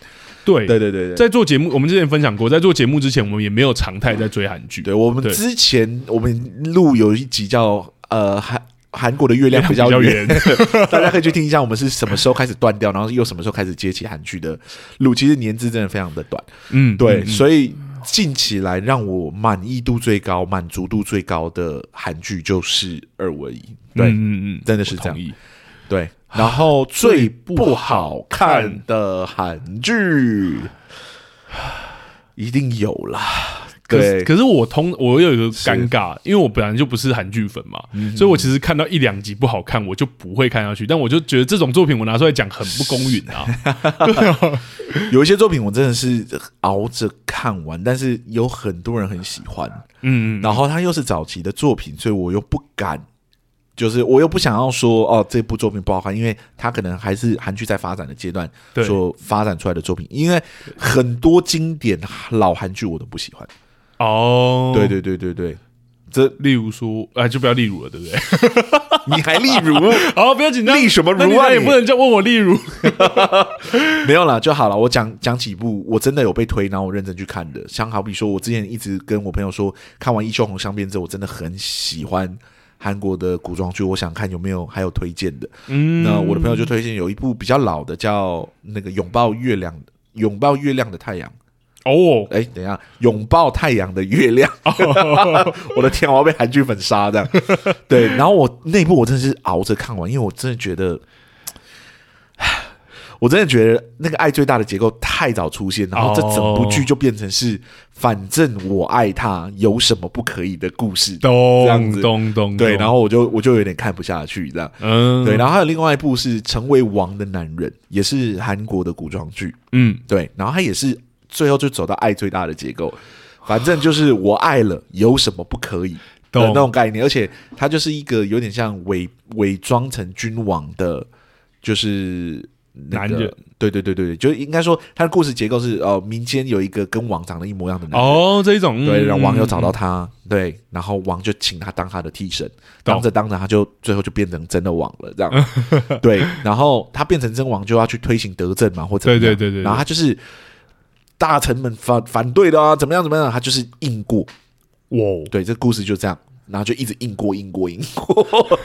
对对对对对，在做节目，我们之前分享过，在做节目之前，我们也没有常态在追韩剧，对我们对之前我们录有一集叫呃韩韩国的月亮比较月圆 亮比，大家可以去听一下我们是什么时候开始断掉，然后又什么时候开始接起韩剧的录。其实年资真的非常的短，嗯，对，嗯所以近期来让我满意度最高、满足度最高的韩剧就是二五而已。对，嗯嗯嗯，真的是我这样同意。对，然后最最不不好好看看的韩剧， 一定有啦。可是对，可是我通我有一个尴尬，因为我本来就不是韩剧粉嘛，嗯所以我其实看到一两集不好看，我就不会看下去。但我就觉得这种作品我拿出来讲很不公允 啊。有一些作品我真的是熬着看完，但是有很多人很喜欢，嗯，然后它又是早期的作品，所以我又不敢。就是我又不想要说哦，这部作品不好看，因为它可能还是韩剧在发展的阶段对所发展出来的作品，因为很多经典老韩剧我都不喜欢。哦，对，对对对对，这例如说，哎，就不要例如了，对不 对？你还例如好，不要紧张，例什么如啊那你那也你不能叫问我例如。没有啦，就好了。我讲讲几部我真的有被推，然后我认真去看的，像好比说，我之前一直跟我朋友说，看完《一休红镶边》之后，我真的很喜欢韩国的古装剧，我想看有没有还有推荐的。嗯那我的朋友就推荐有一部比较老的，叫那个《拥抱月亮》。拥抱月亮的太阳，哦，哎，等一下，拥抱太阳的月亮， 我的天，我要被韩剧粉杀这样。对，然后我那部我真的是熬着看完，因为我真的觉得，唉 我真的觉得那个爱最大的结构太早出现，然后这整部剧就变成是反正我爱他，有什么不可以的故事。这样咚子咚咚，对，然后后我就我就有点看不下去这样。嗯，对，然后还有另外一部是《成为王的男人》，也是韩国的古装剧。嗯，对，然后他也是最后就走到爱最大的结构，反正就是我爱了，有什么不可以的懂呃那种概念，而且他就是一个有点像伪伪装成君王的，就是、那个男人。对对对对对，就应该说他的故事结构是呃，民间有一个跟王长得一模一样的男人。哦，这一种对，然后王又找，嗯到他，对，然后王就请他当他的替身，懂当着当着他就最后就变成真的王了，这样，对，然后他变成真王就要去推行德政嘛，或者怎么样对对对对对然后他就是大臣们反反对的啊，怎么样怎么样，他就是硬过，嗯哇，对，这故事就这样。然后就一直硬过硬过硬过，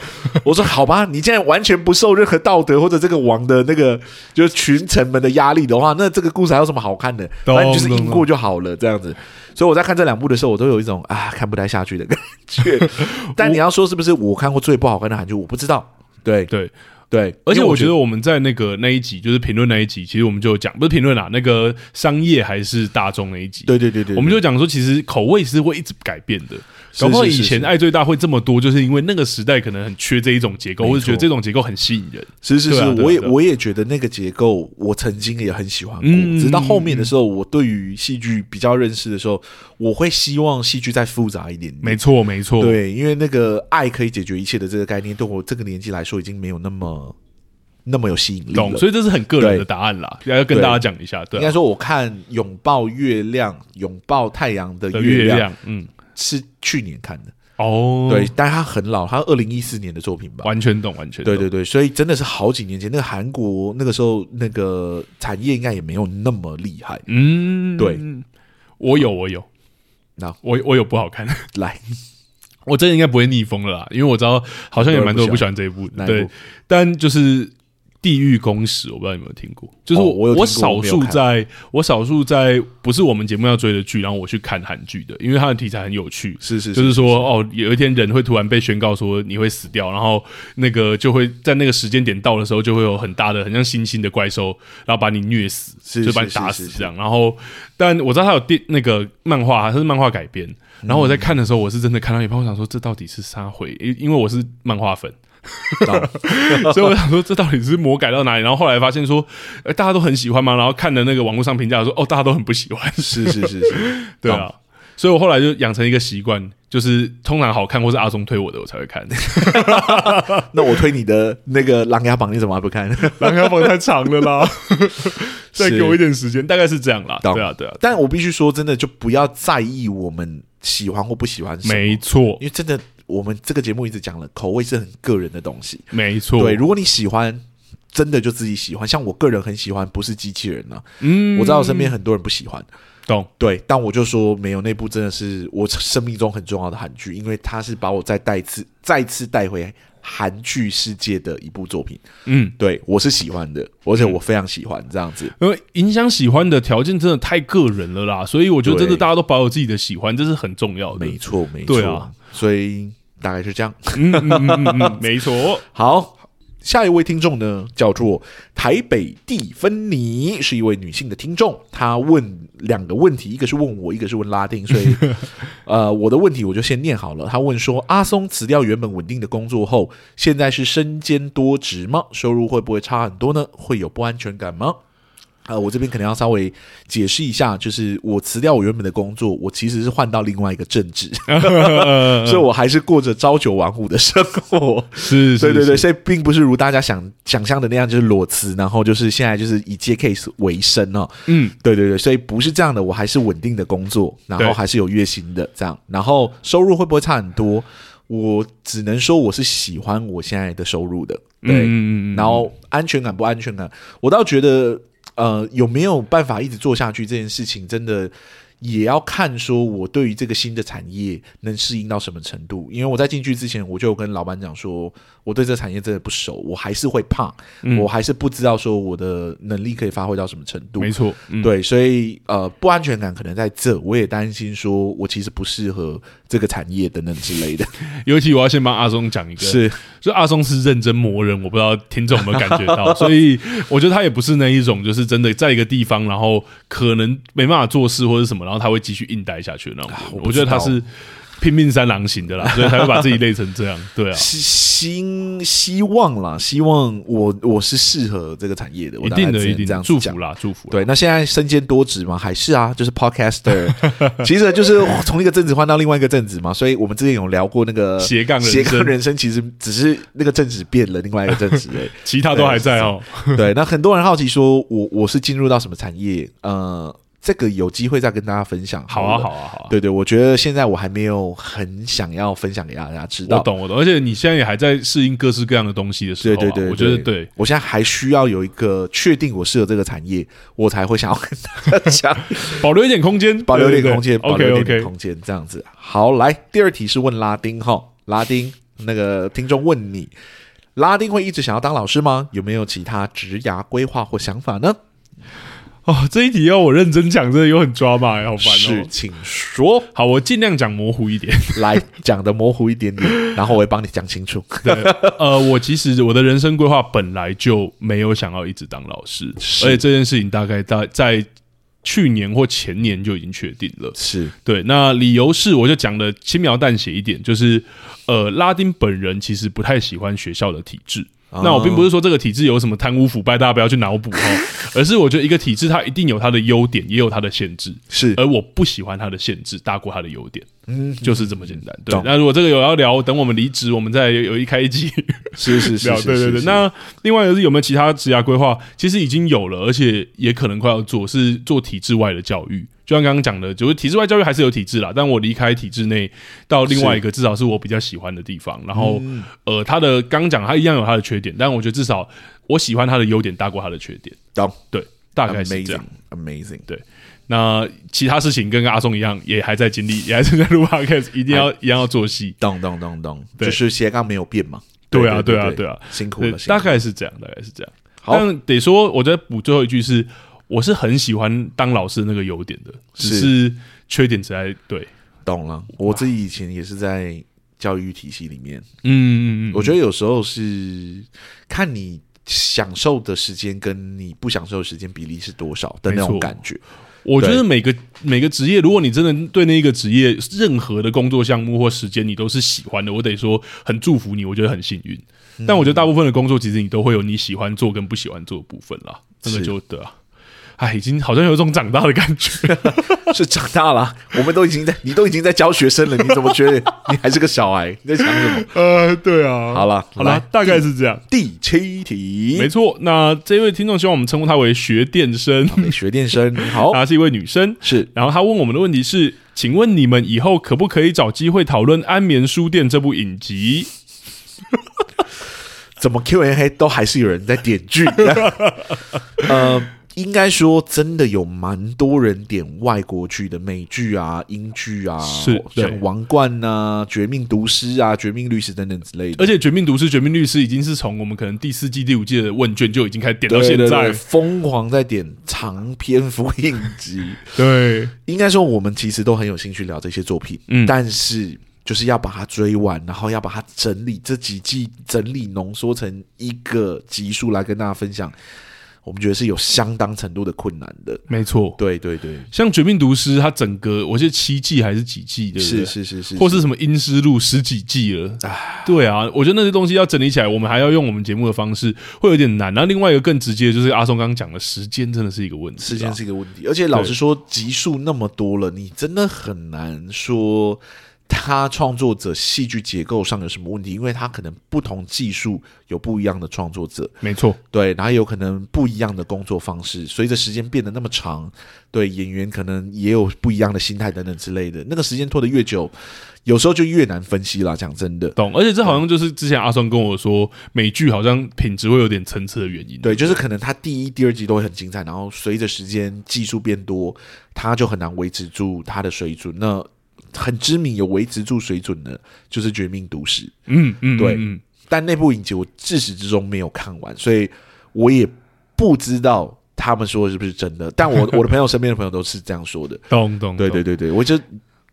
我说好吧，你既然完全不受任何道德或者这个王的那个就是群臣们的压力的话，那这个故事还有什么好看的？懂反正就是懂硬过就好了，这样子。所以我在看这两部的时候，我都有一种啊看不太下去的感觉。 但你要说是不是我看过最不好看的韩剧，我不知道。对对，对，而且因为我我觉得我们在那个那一集，就是评论那一集，其实我们就有讲，不是评论啊，那个商业还是大众那一集，对对对对，我们就讲说，其实口味是会一直改变的。是搞不好是以是前是爱最大会这么多，就是因为那个时代可能很缺这一种结构，没或者觉得错这种结构很吸引人。是是对是，啊对啊我也对啊我也觉得那个结构，我曾经也很喜欢过。嗯直到后面的时候，我对于戏剧比较认识的时候，我会希望戏剧再复杂一点点。没错，没错，对，因为那个爱可以解决一切的这个概念，对我这个年纪来说，已经没有那么那么有吸引力懂。了。所以这是很个人的对答案啦，要跟对大家讲一下。对应啊、该说，我看《拥抱月亮》《拥抱太阳的的月亮》亮，嗯，是去年看的，哦，对，，但它很老，它二零一四年的作品吧。完全懂，完全懂对对对，所以真的是好几年前，那个韩国那个时候那个产业应该也没有那么厉害。嗯，对，我有，我有，那我我有不好看， 来，我真的应该不会逆风了啦，因为我知道好像也蛮多人不不喜喜欢这一部的，哪一对部，但就是《地狱公使》，我不知道你有没有听过，就是哦我、我有听过少我没有数看在我少数在不是我们节目要追的剧，然后我去看韩剧的，因为它的题材很有趣，是是就是说，哦，有一天人会突然被宣告说你会死掉，然后那个就会在那个时间点到的时候，就会有很大的很像猩猩的怪兽，然后把你虐死，是就把你是是打是死是这样。然后，但我知道它有电那个漫画，它是漫画改编。然嗯后我在看的时候，我是真的看到一半，我想说这到底是啥回？因因为我是漫画粉，到哦 所以我想说这到底是魔改到哪里？然后后来发现说，呃大家都很喜欢嘛，然后看了那个网络上评价说，哦，大家都很不喜欢，是是是是，对啊，所以我后来就养成一个习惯，就是通常好看或是阿松推我的，我才会 看。那我推你的那个《琅琊榜》，你怎么还不看？ 琅琊榜太长了 啦，再是给我一点时间，大概是这样啦。懂对啊，对啊，但我必须说，真的就不要在意我们喜欢或不喜欢什么，没因错，为真的我们这个节目一直讲了，口味是很个人的东西。没错。对，，如果你喜欢，真的就自己喜欢。像我个人很喜欢，不是机器人啊，嗯我知道我身边很多人不喜欢。懂，对，但我就说没有那部真的是我生命中很重要的韩剧，因为它是把我再带次再次带回韩剧世界的一部作品。嗯。对我是喜欢的，而且我非常喜欢这样子。因为影响喜欢的条件真的太个人了啦，所以我觉得真的对大家都保有自己的喜欢，这是很重要的。没错，没嗯对错，啊所以大概是这样。嗯嗯嗯嗯嗯，没错。好，下一位听众呢，叫做台北蒂芬妮，是一位女性的听众。她问两个问题，一个是问我，一个是问拉丁，所以呃，我的问题我就先念好了。她问说：阿松辞掉原本稳定的工作后，现在是身兼多职吗？收入会不会差很多呢？会有不安全感吗？啊、我这边可能要稍微解释一下，就是我辞掉我原本的工作，我其实是换到另外一个正职，嗯 所以我还是过着朝九晚五的生活。是，是对对对，是所以并不是如大家想想象的那样，就是裸辞，然后就是现在就是以接 case 为生哦。嗯，对对对，所以不是这样的，我还是稳定的工作，然对后还是有月薪的这样，然后收入会不会差很多？我只能说我是喜欢我现在的收入的，对，嗯嗯嗯嗯，然后安全感不安全感，我倒觉得呃有没有办法一直做下去这件事情，真的也要看说我对于这个新的产业能适应到什么程度。因为我在进去之前，我就有跟老板讲说，我对这产业真的不熟，我还是会怕，嗯我还是不知道说我的能力可以发挥到什么程度。没错，嗯，对，所以呃，不安全感可能在这，我也担心说我其实不适合这个产业等等之类的。尤其我要先帮阿松讲一 个，是，就阿松是认真磨人，我不知道听众有没有感觉 到，所以我觉得他也不是那一种，就是真的在一个地方，然后可能没办法做事或者什么，然后他会继续硬待下去的那种。啊我不我觉得他知道是拼命三郎型的啦，所以才会把自己累成 这样。对啊，希希希望啦，希望我我是适合这个产业的，我一大概定的，只一能定这的，样子祝讲福。啦，祝福啦。对，那现在身兼多职嘛，还是啊，就是 podcaster，其 实就是从一个正职换到另外一个正职嘛，所以我们之前有聊过那个斜杠人斜杠生人生，其实只是那个正职变了，另外一个正职而已。 其他都还在哦。对，那很多人好奇说，我我是进入到什么产业？呃，这个有机会再跟大家分享。好啊，。好啊，好啊。对对，我觉得现在我还没有很想要分享给大家知我道。懂，我懂，而且你现在也还在适应各式各样的东西的时候、对啊，对对，我觉得对，我现在还需要有一个确定我适合这个产业，我才会想要跟大家讲，保留一点空间，保留一点空间，保留一 OK 点 OK，空间，这样子。好，来第二题是问拉丁哈，拉丁那个听众问你，拉丁会一直想要当老师吗？有没有其他职涯规划或想法呢？哦，这一题要我认真讲，真的又很抓马、好烦是哦，。请说好，我尽量讲模糊一点。来讲的模糊一点点，然后我会帮你讲清 楚。对，呃，我其实我的人生规划本来就没有想要一直当老师，是而且这件事情大概在在去年或前年就已经确定了。是对，那理由是我就讲的轻描淡写一点，就是呃，拉丁本人其实不太喜欢学校的体制。啊哦那我并不是说这个体制有什么贪污腐败，大家不要去脑补 哦，而是我觉得一个体制它一定有它的优点，也有它的限制，是而我不喜欢它的限制大过它的优点，嗯就是这么简单。对懂，那如果这个有要聊，等我们离职，我们再有一开一集是是是 聊。是，对对是对，是那另外就是有没有其他职涯规划？其实已经有了，而且也可能快要做，是做体制外的教育。就像刚刚讲的，就是体制外教育还是有体制啦，但我离开体制内到另外一个，至少是我比较喜欢的地嗯方。然后，呃，他的刚讲他一样有他的缺点，但我觉得至少我喜欢他的优点大过他的缺点。懂对，大概是这样。 amazing amazing，那其他事情跟阿松一样，也还在经历，也还是在录 podcast，一定 要一样要做戏。懂懂懂懂，对就是斜杠没有变嘛？对啊，对啊，对啊，辛苦对了，辛苦大了概是这样，大概是这样。好但得说，我再补最后一句是，我是很喜欢当老师的那个优点的，只是是缺点实在对，懂了。我自己以前也是在教育体系里面，嗯嗯嗯，我觉得有时候是看你。享受的时间跟你不享受的时间比例是多少的那没错种感觉，我觉得对每个每个职业，如果你真的对那一个职业任何的工作项目或时间你都是喜欢的，我得说很祝福你，我觉得很幸运。但我觉得大部分的工作其实你都会有你喜欢做跟不喜欢做的部分啦，这个是就对啊。哎，已经好像有一种长大的感觉，是长大了， 我们都已经在，你都已经在教学生 了，你怎么觉得你还是个小孩？你在想什么？ 呃，对啊，好了，好啦，来大概是这样，第七题，没错。那这位听众希望我们称呼她为学电生，美学电生，好，她是一位女生，是然后他问我们的问题是：请问你们以后可不可以找机会讨论《安眠书店》这部影集？怎么 Q&A 都还是有人在点剧， 呃。应该说，真的有蛮多人点外国剧的美剧啊、英剧啊，是像对《王冠》啊、《绝命毒师》啊、《绝命律师》等等之类的而。且《绝命毒师》《绝命律师》已经是从我们可能第四季、第五季的问卷就已经开始点到对现对在对，， 疯狂在点长篇幅影集。对，应该说，我们其实都很有兴趣聊这些作品，嗯但是就是要把它追完，然后要把它整理这几季，整理浓缩成一个集数来跟大家分享，我们觉得是有相当程度的困难的。没错。对对对，像《绝命毒师》，它整个我记得七季还是几季，对不对？是是是是，或是什么《阴尸路》十几季了，对啊，我觉得那些东西要整理起来，我们还要用我们节目的方式，会有点难。然后另外一个更直接的就是阿松刚刚讲的，时间真的是一个问题啊，时间是一个问题，而且老对实说，集数那么多了，你真的很难说。他创作者戏剧结构上有什么问题，因为他可能不同技术有不一样的创作者，没错，对，然后有可能不一样的工作方式，随着时间变得那么长，对演员可能也有不一样的心态等等之类的。那个时间拖得越久，有时候就越难分析啦。讲真的，懂。而且这好像就是之前阿松跟我说，美剧好像品质会有点层次的原因。对，就是可能他第一、第二季都会很精彩，然后随着时间技术变多，他就很难维持住他的水准。那很知名有维持住水准的，就是《绝命毒师》，嗯嗯，对嗯，但那部影集我自始至终没有看完，所以我也不知道他们说的是不是真的。但我 我的朋友身边的朋友都是这样说的。懂懂。对对懂，对对，我就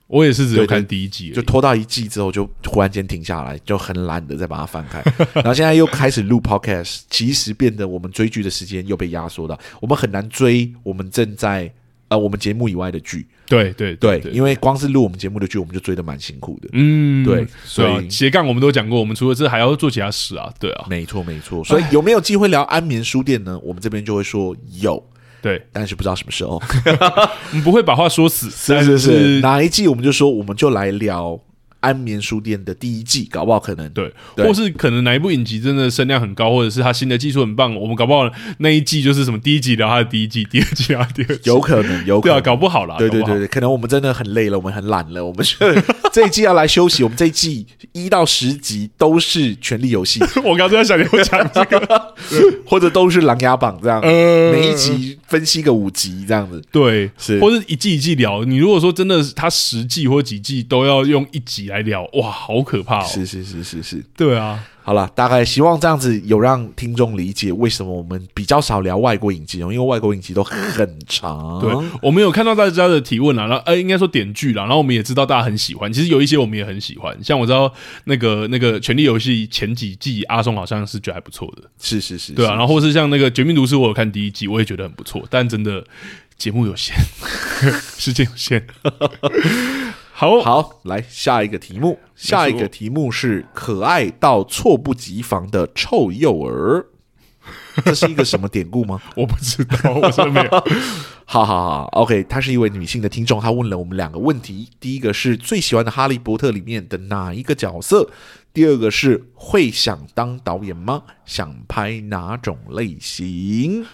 我也是只有对对看第一集而已，就拖到一季之后，就忽然间停下来，就很懒得再把它翻开。然后现在又开始录 podcast，其 实变得我们追剧的时间又被压缩了，我们很难追我们正在呃我们节目以外的剧。对对对，对，因为光是录我们节目的剧，我们就追得蛮辛苦的。嗯，对对啊所，以嗯斜杠我们都讲过，我们除了这还要做其他事啊，对啊，没错没错，所以有没有机会聊安眠书店呢？我们这边就会说有，对，但是不知道什么时候。我们不会把话说死，但是是是，是，哪一季我们就说，我们就来聊《安眠书店》的第一季，搞不好可能对，对或是可能哪一部影集真的声量很高，或者是他新的技术很棒，我们搞不好那一季就是什么第一集聊他的第一季，第二季聊他的第二季，有可能，有可对啊，能。搞不好啦，对对搞不好对，对，可能我们真的很累了，我们很懒了，我们是 这一季要来休息。我们这一季一到十集都是《权力游 戏》， 我刚刚在想你会讲这个，或者都是《琅琊榜》这样，呃每一集分析个五集这样子。对，是或者一季一季聊。你如果说真的是他十季或几季都要用一集来聊，哇，好可怕哦。是是是是是，对啊，好了，大概希望这样子有让听众理解为什么我们比较少聊外国影集哦，因为外国影集都很长。对，我们有看到大家的提问啦，然后呃，应该说点剧啦，然后我们也知道大家很喜欢，其实有一些我们也很喜欢，像我知道那个那个《权力游戏》前几季阿松好像是觉得还不错的，是是是，对啊，是然后或是像那个《绝命毒师》，我有看第一季，我也觉得很不错，但真的节目有限， 时间有限。 好，好，来下一个题目。下一个题目是可爱到猝不及防的臭幼 儿，这是一个什么典故吗？我不知道，我真的没有。好好好，OK，她是一位女性的听众，她问了我们两个问题。第一个是最喜欢的《哈利波特》里面的哪一个角色？第二个是会想当导演吗？想拍哪种类型？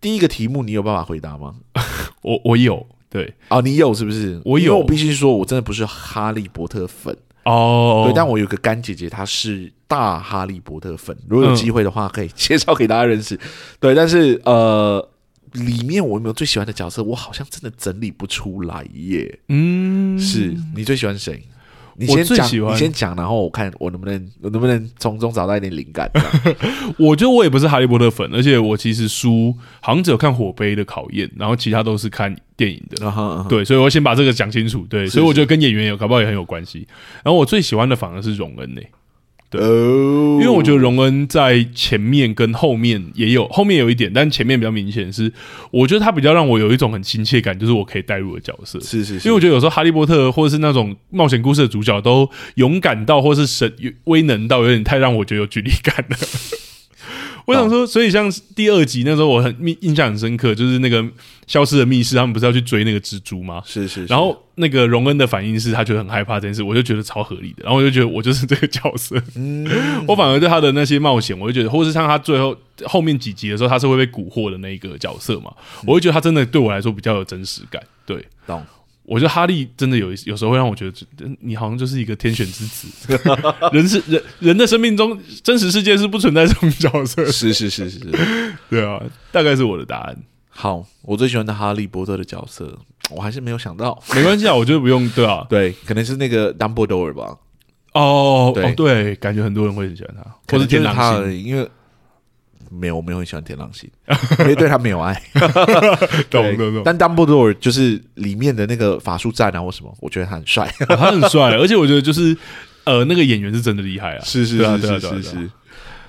第一个题目你有办法回答吗？我我有对哦，你有是不是？我有因为我必须说，我真的不是哈利波特粉。哦，对，但我有个干姐姐，她是大哈利波特粉，如果有机会的话，可以介绍给大家认识。 对，但是呃，里面我有没有最喜欢的角色？我好像真的整理不出来耶。嗯是你最喜欢谁？你我先最讲，喜欢你先讲，然后我看我能不能，我能不能从中找到一点灵 感。这样我觉得我也不是哈利波特粉，而且我其实书好像只有看火杯的考验，然后其他都是看电影的。然后，嗯哼对，所以我先把这个讲清楚。对，是所以我觉得跟演员有搞不好也很有关系。然后我最喜欢的反而是荣恩呢、对哦，因为我觉得荣恩在前面跟后面也有，后面有一点，但前面比较明显是，我觉得他比较让我有一种很亲切感，就是我可以带入的角色。是是是，因为我觉得有时候哈利波特或者是那种冒险故事的主角都勇敢到，或是神威能到，有点太让我觉得有距离感了。 我想说，所以像第二集那时候，我很印印象很深刻，就是那个消失的密室，他们不是要去追那个蜘蛛吗？是是是，然后那个荣恩的反应是他觉得很害怕这件事，我就觉得超合理的。然后我就觉得我就是这个角色，我反而对他的那些冒险，我就觉得，或是像他最后后面几集的时候，他是会被蛊惑的那一个角色嘛，我会觉得他真的对我来说比较有真实感。对，懂。我觉得哈利真的有有时候会让我觉得，嗯你好像就是一个天选之子。 人是人，人的生命中真实世界是不存在这种角色。是是是是是，对啊，大概是我的答案。好，我最喜欢的哈利波特的角色，我还是没有想到。没关系啊，我觉得不用。对啊，对，可能是那个 Dumbledore 吧，哦对哦，对，感觉很多人会很喜欢他，可或能是就天是狼他星而。已，因为没有，我没有很喜欢天狼星， 因为对他没有爱。懂懂懂。但 Dumbledore 就是里面的那个法术战啊，或什么，我觉得他很帅。啊哦他很帅，而且我觉得就是呃，那个演 员是真的厉害啊。是对啊对啊对啊对啊。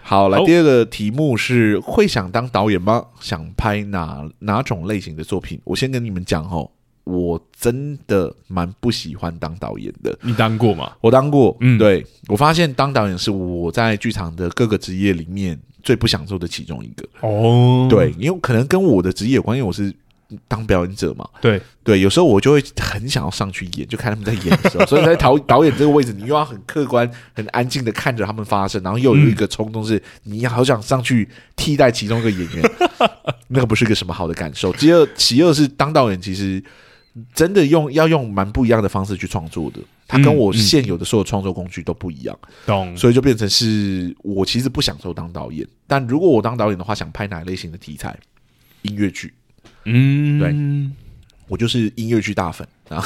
好，来好第二个题目是会想当导演吗？想拍哪哪种类型的作品？我先跟你们讲哦，我真的蛮不喜欢当导演的。你当过吗？我当过，嗯对我发现当导演是我在剧场的各个职业里面最不享受的其中一个。哦对，因为可能跟我的职业有关，因为我是当表演者嘛，对，对，有时候我就会很想要上去演，就看他们在演的 时候，所以在导导演这个位置，你又要很客观、很安静的看着他们发生，然后又有一个冲动是，你好想上去替代其中一个演 员，那个不是一个什么好的感受。第二，其二是当导演其实真的用要用蛮不一样的方式去创作的，它跟嗯我嗯现有的所有创作工具都不一样。懂，所以就变成是我其实不享受当导演，但如果我当导演的话，想拍哪类型的题材？音乐剧，嗯，我就是音乐剧大粉啊。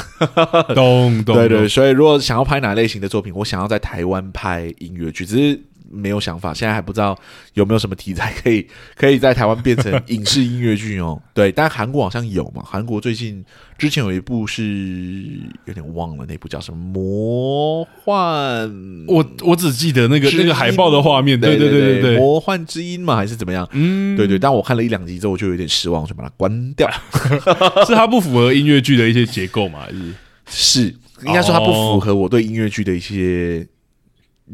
对，懂懂，对对，懂，所以如果想要拍哪类型的作品，我想要在台湾拍音乐剧，只是没有想法，现在还不知道有没有什么题材可以可以在台湾变成影视音乐剧哦。对，但韩国好像有嘛，韩国最近之前有一部是有点忘了，那部叫什么魔幻我我只记得那个之音那个海报的画面，对对对对，魔幻之音嘛，还是怎么样？ 嗯，对对，但我看了一两集之后，我就有点失望，我就把它关 掉。是它不符合音乐剧的一些结构嘛？还是是，应该说它不符合我对音乐剧的一些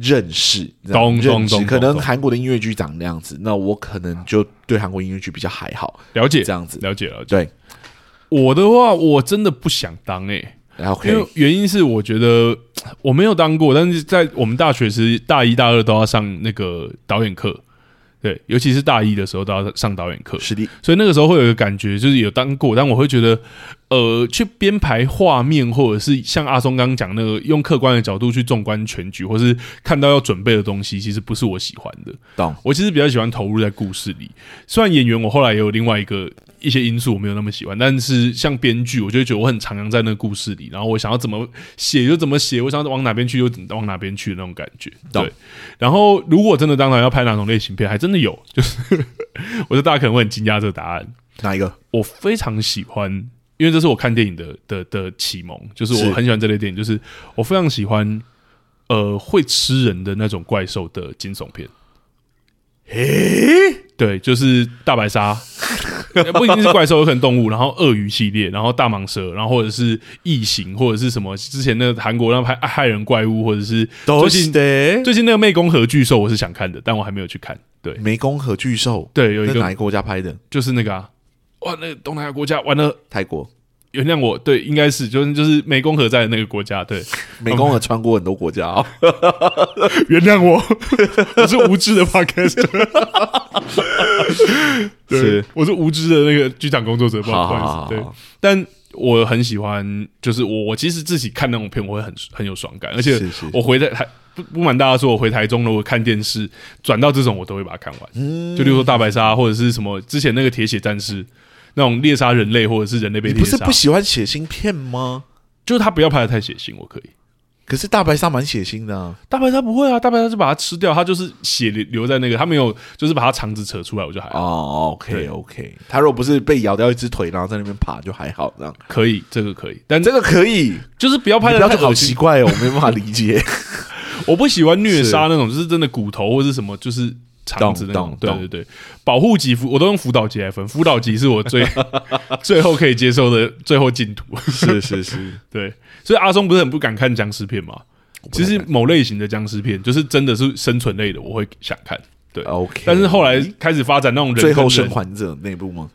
认识，你知道吗懂懂认知。懂可能懂韩国的音乐剧长那样子，那我可能就对韩国音乐剧比较还好，了解这样子。了解了解。对，我的话，我真的不想当诶、然后可因为以原因是我觉得我没有当过，但是在我们大学时大一大二都要上那个导演课，对，尤其是大一的时候都要上导演课，实力所以那个时候会有一个感觉，就是有当过，但我会觉得，呃，去编排画面，或者是像阿松刚刚讲那个用客观的角度去纵观全局，或是看到要准备的东西，其实不是我喜欢的。懂我其实比较喜欢投入在故事里。虽然演员我后来也有另外一个一些因素我没有那么喜欢，但是像编剧，我就会觉得我很徜徉在那个故事里，然后我想要怎么写就怎么写，我想要往哪边去就往哪边去的那种感觉。懂对，然后如果真的当然要拍哪种类型片，还真的有，就是我觉得大家可能会很惊讶这个答案。哪一个？我非常喜欢，因为这是我看电影的的的启蒙，就是是我很喜欢这类电影，就是我非常喜欢。呃，会吃人的那种怪兽的惊悚片，诶，对，就是大 白鲨，不一定是怪兽，有可能动物，然后鳄鱼系列，然后大蟒蛇，然后或者是异形，或者是什么之前那个韩国那拍《害人怪物》，或者是都最是近的。最近那个《湄公河巨兽》，我是想看的，但我还没有去看。对湄公河巨兽，对，有一那哪个一个国家拍的？就是那个啊，哇，那个东南亚国家完了，泰国。原谅我，对，应该是就是就是湄公河在的那个国家， 对，湄公河穿过很多国家 哦。原谅我， 我是无知的 podcast，对是，我是无知的那个剧场工作者，不好好意好思，好，对。好但我很喜欢，就是我我其实自己看那种片，我会很很有爽感，而且是是我回在台不不瞒大家说，我回台中如果看电视转到这种，我都会把它看完。嗯就例如说大白鲨或者是什么之前那个铁血战士那种猎杀人类或者是人类被你猎不是杀不，喜欢血腥片吗？就是他不要拍的太血腥，我可以。可是大白鲨蛮血腥的啊，大白鲨不会啊，大白鲨就把它吃掉，它就是血流留在那个，它没有就是把它肠子扯出来，我就还好哦，OK OK，他如果不是被咬掉一只腿，然后在那边爬，就还好这样。可以， 这个可以，但这个可以，就是不要你拍不的要太说好恶奇心。怪哦，我没办法理 解。我不喜欢虐杀那种，就是真的骨头或是什么，就是肠子那懂种懂。对懂对对，保护级辅我都用辅导级来分，辅导级是我最 最后可以接受的最后净土。 是是 是，对，所以阿松不是很不敢看僵尸片吗？其实某类型的僵尸片，就是真的是生存类的，我会想看。对 OK，但是后来开始发展那种人最后跟生人还者那部吗？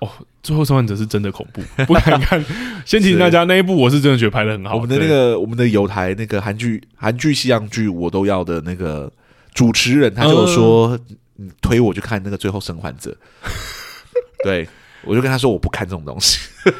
哦，最后生还者是真的恐怖， 不敢看。先提醒大家，那一部我是真的觉得拍的很好。我们的那对个我们的有台那个韩剧、韩剧、西洋剧我都要的那个主持人，他就嗯说你推我去看那个《最后生还者》 对。我就跟他说我不看这种东西，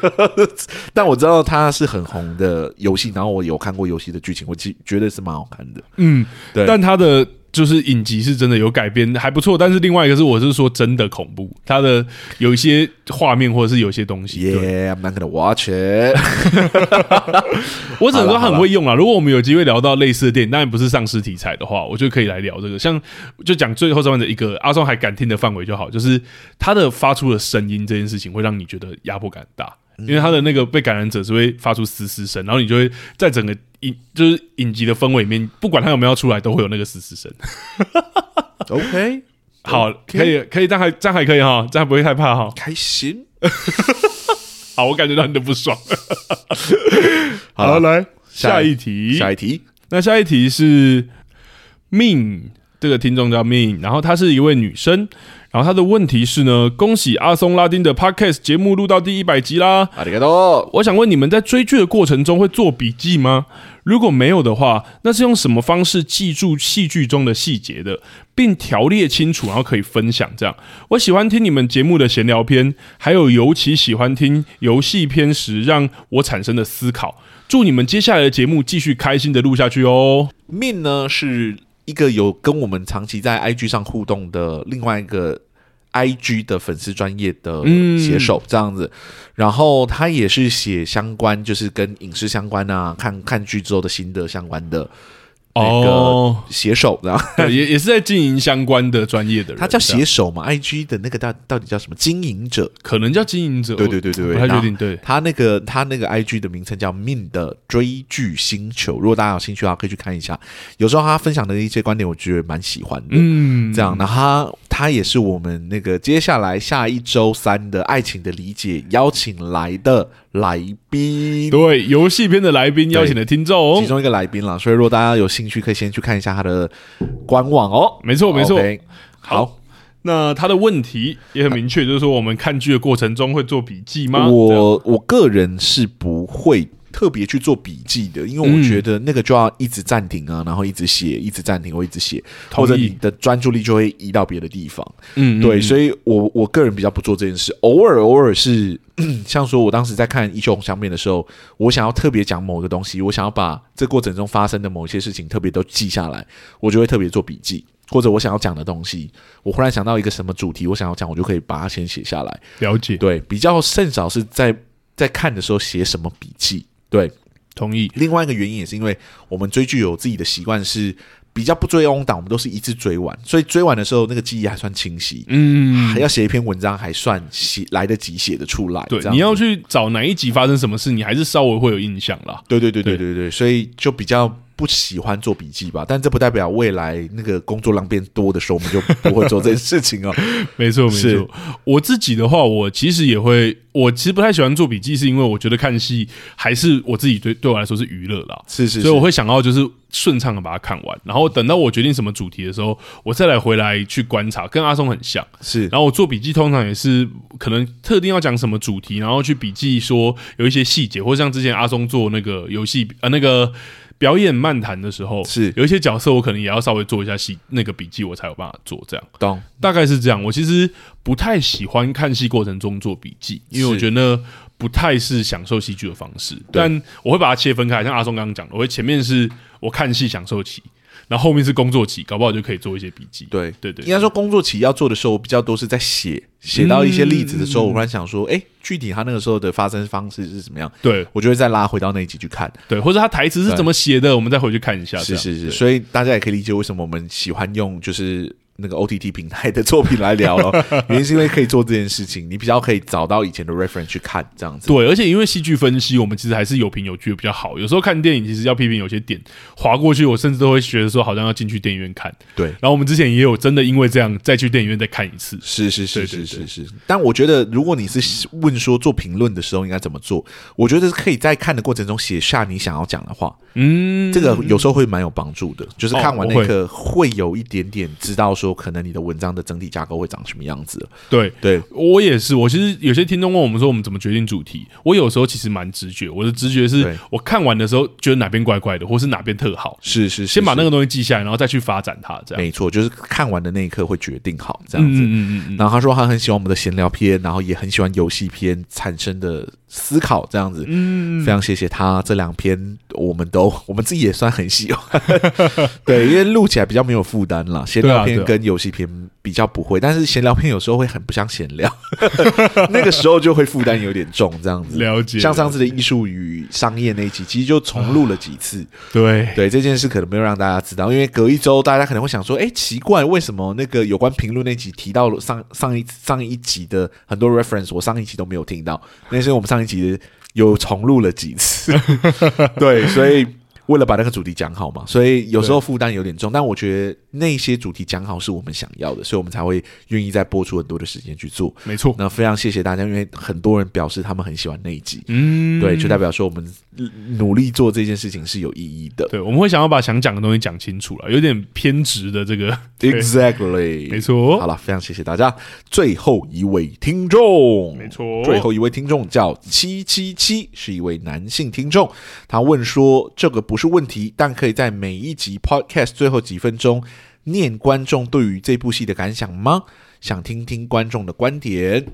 但我知道它是很红的游戏，然后我有看过游戏的剧情，我记觉得是蛮好看的。嗯，对但他的就是影集是真的有改编，还不错。但是另外一个是，我是说真的恐怖，他的有一些画面或者是有一些东西，对 Yeah，I'm not gonna watch it 我只能好说啦他好啦很会用啦。啊如果我们有机会聊到类似的电影，当然不是丧尸题材的话，我就可以来聊这个。像就讲最后生还者一个阿松还敢听的范围就好，就是他的发出的声音这件事情会让你觉得压迫感很大。嗯因为他的那个被感染者是会发出嘶嘶声，然后你就会在整个影就是影集的氛围里面，不管他有没有出来，都会有那个嘶嘶声。 OK，好， OK 可以，可以，这样还这样还可以哈，这样不会害怕哈。开心。好，我感觉到你的不爽。好啦来下下一一题。下一题，那下一题是命这个听众叫 Min，然后她是一位女生，然后她的问题是呢，恭喜阿松拉丁的 Podcast 节目录到第一百集啦！阿里嘎多，我想问你们在追剧的过程中会做笔记吗？如果没有的话，那是用什么方式记住戏剧中的细节的，并条列清楚，然后可以分享这样？我喜欢听你们节目的闲聊篇，还有尤其喜欢听游戏篇时让我产生的思考。祝你们接下来的节目继续开心的录下去哦！命呢是一个有跟我们长期在 IG 上互动的另外一个 IG 的粉丝专业的嗯写手这样子，然后他也是写相关，就是跟影视相关啊，看看剧之后的心得相关的那个哦写手，然后对也也是在经营相关的专业的人，他叫这样写手嘛，IG 的那个到到底叫什么？经营者，可能叫经营者，对对对对我对，不太然确后定。对，他那个他那个 IG 的名称叫 Min 的追剧星球，如果大家有兴趣的话，可以去看一下。有时候他分享的一些观点，我觉得蛮喜欢的。嗯，这样，然后他他也是我们那个接下来下一周三的爱情的理解邀请来的来宾，对，哦游戏篇的来宾邀请的听众其，中一个来宾啦。所以如果大家有兴趣，可以先去看一下他的官网哦。没错没错。 OK，好，那他的问题也很明确，就是说我们看剧的过程中会做笔记吗？这样我我个人是不会特别去做笔记的，因为我嗯觉得那个就要一直暂停啊，然后一直写，一直暂停，我一直写，同或意者你的专注力就会移到别的地方。嗯对，以所以我我个人比较不做这件事，偶尔偶尔是 像说，我当时在看《一休红香面》的时候，我想要特别讲某个东西，我想要把这过程中发生的某一些事情特别都记下来，我就会特别做笔记，或者我想要讲的东西，我忽然想到一个什么主题，我想要讲，我就可以把它先写下来。了解，对，比较甚少是在在看的时候写什么笔记。对，同意。另外一个原因也是因为我们追剧有自己的习惯是。比较不追翁档，我们都是一次追完，所以追完的时候那个记忆还算清晰。嗯，还要写一篇文章，还算写来得及写得出来。对这，样你要子去找哪一集发生什么事，你还是稍微会有印象啦。对对对对对对，所以就比较不喜欢做笔记吧。但这不代表未来那个工作量变多的时候，我们就不会做这件事情 哦。没错，没是错。我自己的话，我其实也会，我其实不太喜欢做笔记，是因为我觉得看戏还是我自己对对我来说是娱乐啦。是是所以我是，会想要就是顺畅的把它看完，然后等到我决定什么主题的时候，我再来回来去观察，跟阿松很像。是然后我做笔记通常也是可能特定要讲什么主题，然后去笔记说有一些细节，或像之前阿松做那个游戏呃那个表演漫谈的时候，是有一些角色我可能也要稍微做一下细那个笔记，我才有办法做这样。懂大概是这样。我其实不太喜欢看戏过程中做笔记，因为我是觉得不太是享受戏剧的方式。但我会把它切分开，像阿松刚刚讲的，我会前面是我看戏享受期，然后后面是工作期，搞不好就可以做一些笔记。对。对对应该说，工作期要做的时候，我比较多是在写，写到一些例子的时候，嗯我忽然想说，哎、具体他那个时候的发生方式是怎么样，对我就会再拉回到那一集去看。对，或者他台词是怎么写的，我们再回去看一下。是是啊这是，样，所以大家也可以理解为什么我们喜欢用就是那个 OTT 平台的作品来聊 了，原因是因为可以做这件事情，你比较可以找到以前的 reference 去看这样子。对，而且因为戏剧分析，我们其实还是有凭有据比较好。有时候看电影，其实要批评有些点划过去，我甚至都会觉得说好像要进去电影院看。对，然后我们之前也有真的因为这样再去电影院再看一次。是是是对是对是是。但我觉得，如果你是问说做评论的时候应该怎么做，我觉得可以在看的过程中写下你想要讲的话，嗯，这个有时候会蛮有帮助的。就是看完哦那我会个，会有一点点知道说，可能你的文章的整体架构会长什么样子了。对，对，我也是，我其实有些听众问我们说我们怎么决定主题，我有时候其实蛮直觉，我的直对觉是我看完的时候觉得哪边怪怪的，或是哪边特好，是是是，先把是那个东西记下来，然后再去发展它，这样没错，就是看完的那一刻会决定好这样子。嗯嗯嗯嗯，然后他说他很喜欢我们的闲聊篇，然后也很喜欢游戏篇产生的思考这样子。嗯，非常谢谢他这两篇，我们都我们自己也算很喜 欢。对，因为录起来比较没有负担啦，闲聊对啊篇对啊跟游戏篇比较不会，但是闲聊篇有时候会很不像闲聊， 那个时候就会负担有点重这样子。了解，像上次次的艺术与商业那一集，其实就重录了几次。对对这件事可能没有让大家知道，因为隔一周大家可能会想说，哎，奇怪，为什么那个有关评论那集提到了上上一上一集的很多 reference，我上一集都没有 听到，那是因为我们上一集有重录了几次，对，所以。为了把那个主题讲好嘛，所以有时候负担有点重。但我觉得那些主题讲好是我们想要的，所以我们才会愿意再播出很多的时间去做。没错，那非常谢谢大家，因为很多人表示他们很喜欢那一集，嗯，对，就代表说我们努力做这件事情是有意义的。对，我们会想要把想讲的东西讲清楚了，有点偏执的这个，对 Exactly，没错好了，非常谢谢大家。最后一位听众，没错最后一位听众叫七七七，是一位男性听众。他问说：“这个不是问题，但可以在每一集 Podcast 最后几分钟念观众对于这部戏的感想吗？想听听观众的观点。”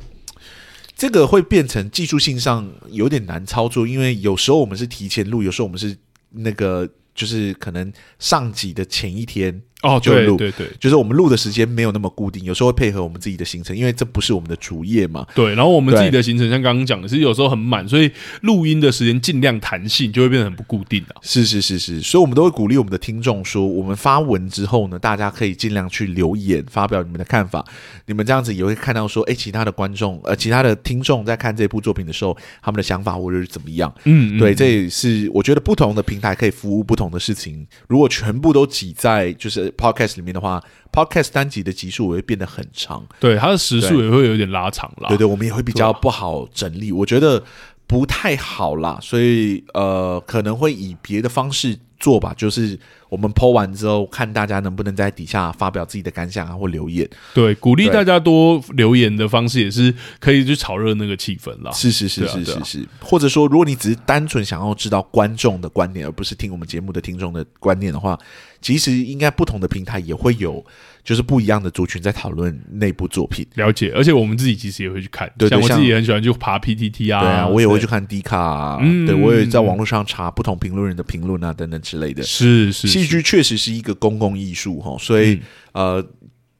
这个会变成技术性上有点难操作，因为有时候我们是提前录，有时候我们是那个就是可能上集的前一天哦，就对录对对就是我们录的时间没有那么固定，有时候会配合我们自己的行程，因为这不是我们的主业嘛。对，然后我们自己对的行程像刚刚讲的，其实有时候很满，所以录音的时间尽量弹性，就会变得很不固定啊。是是是是，所以我们都会鼓励我们的听众说，我们发文之后呢，大家可以尽量去留言，发表你们的看法。你们这样子也会看到说，哎，其他的观众呃，其他的听众在看这部作品的时候，他们的想法或者是怎么样。嗯，嗯对，这也是我觉得不同的平台可以服务不同的事情。如果全部都挤在就是 podcast 里面的话，podcast 单集的集数也会变得很长。对，它的时速也会有点拉长啦。对对，我们也会比较不好整理，我觉得不太好啦，所以呃，可能会以别的方式做吧，就是我们剖完之后，看大家能不能在底下发表自己的感想啊或留言。对，鼓励对大家多留言的方式也是可以去炒热那个气氛啦。是是是对啊是对啊是是，或者说，如果你只是单纯想要知道观众的观点，而不是听我们节目的听众的观点的话，其实应该不同的平台也会有，就是不一样的族群在讨论那部作品。了解，而且我们自己其实也会去看，对对像我自像己也很喜欢去爬 PTT 啊，对啊，我也会之去类看 D 卡、啊，嗯对我也在网络上查不同评论人的评论啊，等等之类的的。。是是戏是，嗯剧确实是一个公共艺术哈，所以、呃，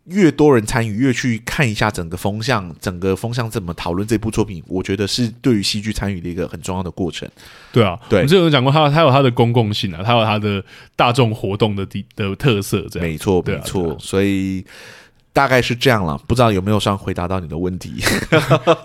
越多人参与，越去看一下整个风向，整个风向怎么讨论这部作品，我觉得是对于戏剧参与的一个很重要的过程。对啊，对我们之前有讲过它，它有它的公共性啊，它有它的大众活动的地的特色，这样没错，对没啊错，对啊所以。大概是这样了，不知道有没有算回答到你的问题？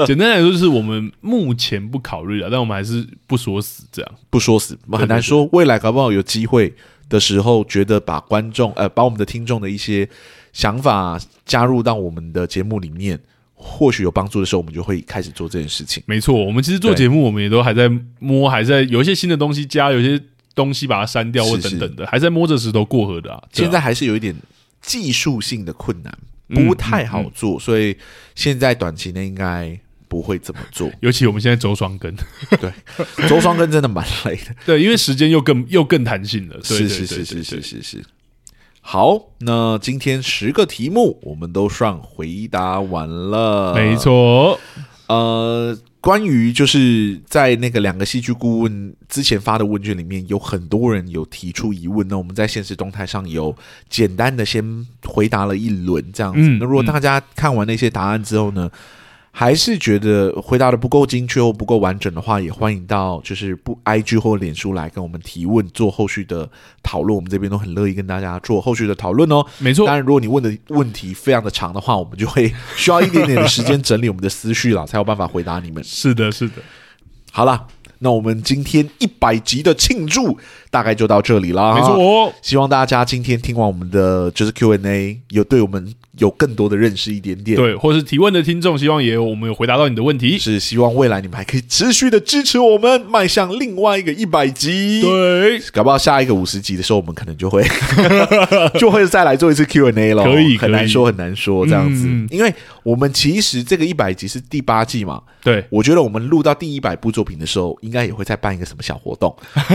简单来说，就是我们目前不考虑啊，但我们还是不说死这样。不说死，很难说。未来搞不好有机会的时候，觉得把观众呃，把我们的听众的一些想法加入到我们的节目里面，或许有帮助的时候，我们就会开始做这件事情。没错，我们其实做对节目，我们也都还在摸，还在有一些新的东西加，有一些东西把它删掉或是是等等的，还在摸着石头过河的啊。对啊现在还是有一点技术性的困难，嗯不太好做，所以现在短期内应该不会这么 。做尤其我们现在周双更，周双根真的蛮累的， 对，因为时间又更又更弹性了。是对对是是是对是对是是。好，那今天十个题目我们都算回答完了，对没。错，呃，关于就是在那个两个戏剧顾问之前发的问卷里面，有很多人有提出疑问，那我们在现实动态上有简单的先回答了一轮这样子。嗯那如果大家看完那些答案之后呢？还是觉得回答的不够精确或不够完整的话，也欢迎到就是不 IG 或脸书来跟我们提问，做后续的讨论。我们这边都很乐意跟大家做后续的讨论哦。没错当，然，如果你问的问题非常的长的话，我们就会需要一点点的时间整理我们的思绪了，才有办法回答你们。是的，是的，好啦，那我们今天一百集的庆祝大概就到这里啦。没错。哦。希望大家今天听完我们的就是 Q&A，有对我们有更多的认识一点点。，对，或是提问的听众，希望也有我们有回答到你的问题。是希望未来你们还可以持续的支持我们，迈向另外一个一百集。，对，搞不好下一个五十集的时候，我们可能就 会就会再来做一次 Q&A 了。可以很难可以说，很难说这样子，嗯因为我们其实这个一百集是第八季嘛，对，我觉得我们录到第一百部作品的时候，应该也会再办一个什么小活 动，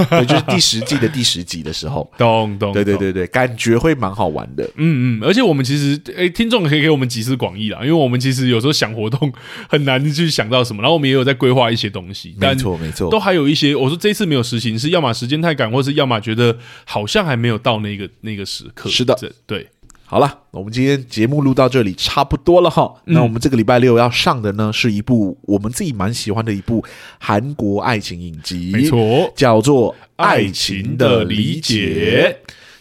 对，就是第十季的第十集的时候，懂懂，对对懂对对，感觉会蛮好玩的。嗯嗯，而且我们其实诶、听众可以给我们集思广益啦，因为我们其实有时候想活动很难去想到什么，然后我们也有在规划一些东西，没但错没错都，还有一些，我说这次没有实行，是要么时间太赶，或是要么觉得好像还没有到那个那个时刻。是的这，对，好了，我们今天节目录到这里差不多了哈。嗯那我们这个礼拜六要上的呢，是一部我们自己蛮喜欢的一部韩国爱情影集，没错，哦叫做《爱爱情情的的理理解解》。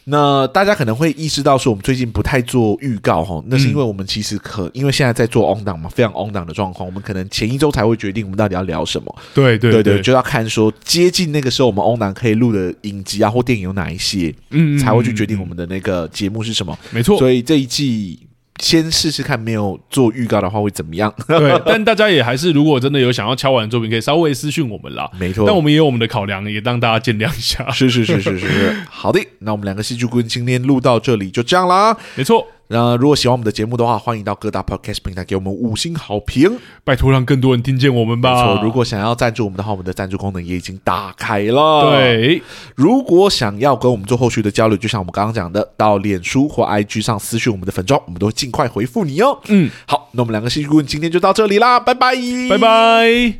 那大家可能会意识到说，我们最近不太做预告哈，那嗯是因为我们其实可因为现在在做 on 档嘛，非常 on 档的状况，我们可能前一周才会决定我们到底要聊什么。对对对对，就要看说接近那个时候我们 on 档可以录的影集啊或电影有哪一些，嗯才会去决定我们的那个节目是什么。没错。所以这一季先试试看，没有做预告的话会怎 么样？ 对，但大家也还是，如果真的有想要敲完的作品，可以稍微私讯我们啦。没错，但我们也有我们的考量，也让大家见谅一下。是是是是是是，好的，那我们两个戏剧顾问今天录到这里就这样啦。没错，那如果喜欢我们的节目的话，欢迎到各大 podcast 平台给我们五星好评。拜托让更多人听见我们没错吧。，如果想要赞助我们的话，我们的赞助功能也已经打开了。，对，如果想要跟我们做后续的交流，就像我们刚刚讲的，到脸书或 IG 上私讯我们的粉装，我们都会尽快回复你哦。嗯，好，那我们两个戏剧顾问今天就到这里啦，拜拜，拜。拜。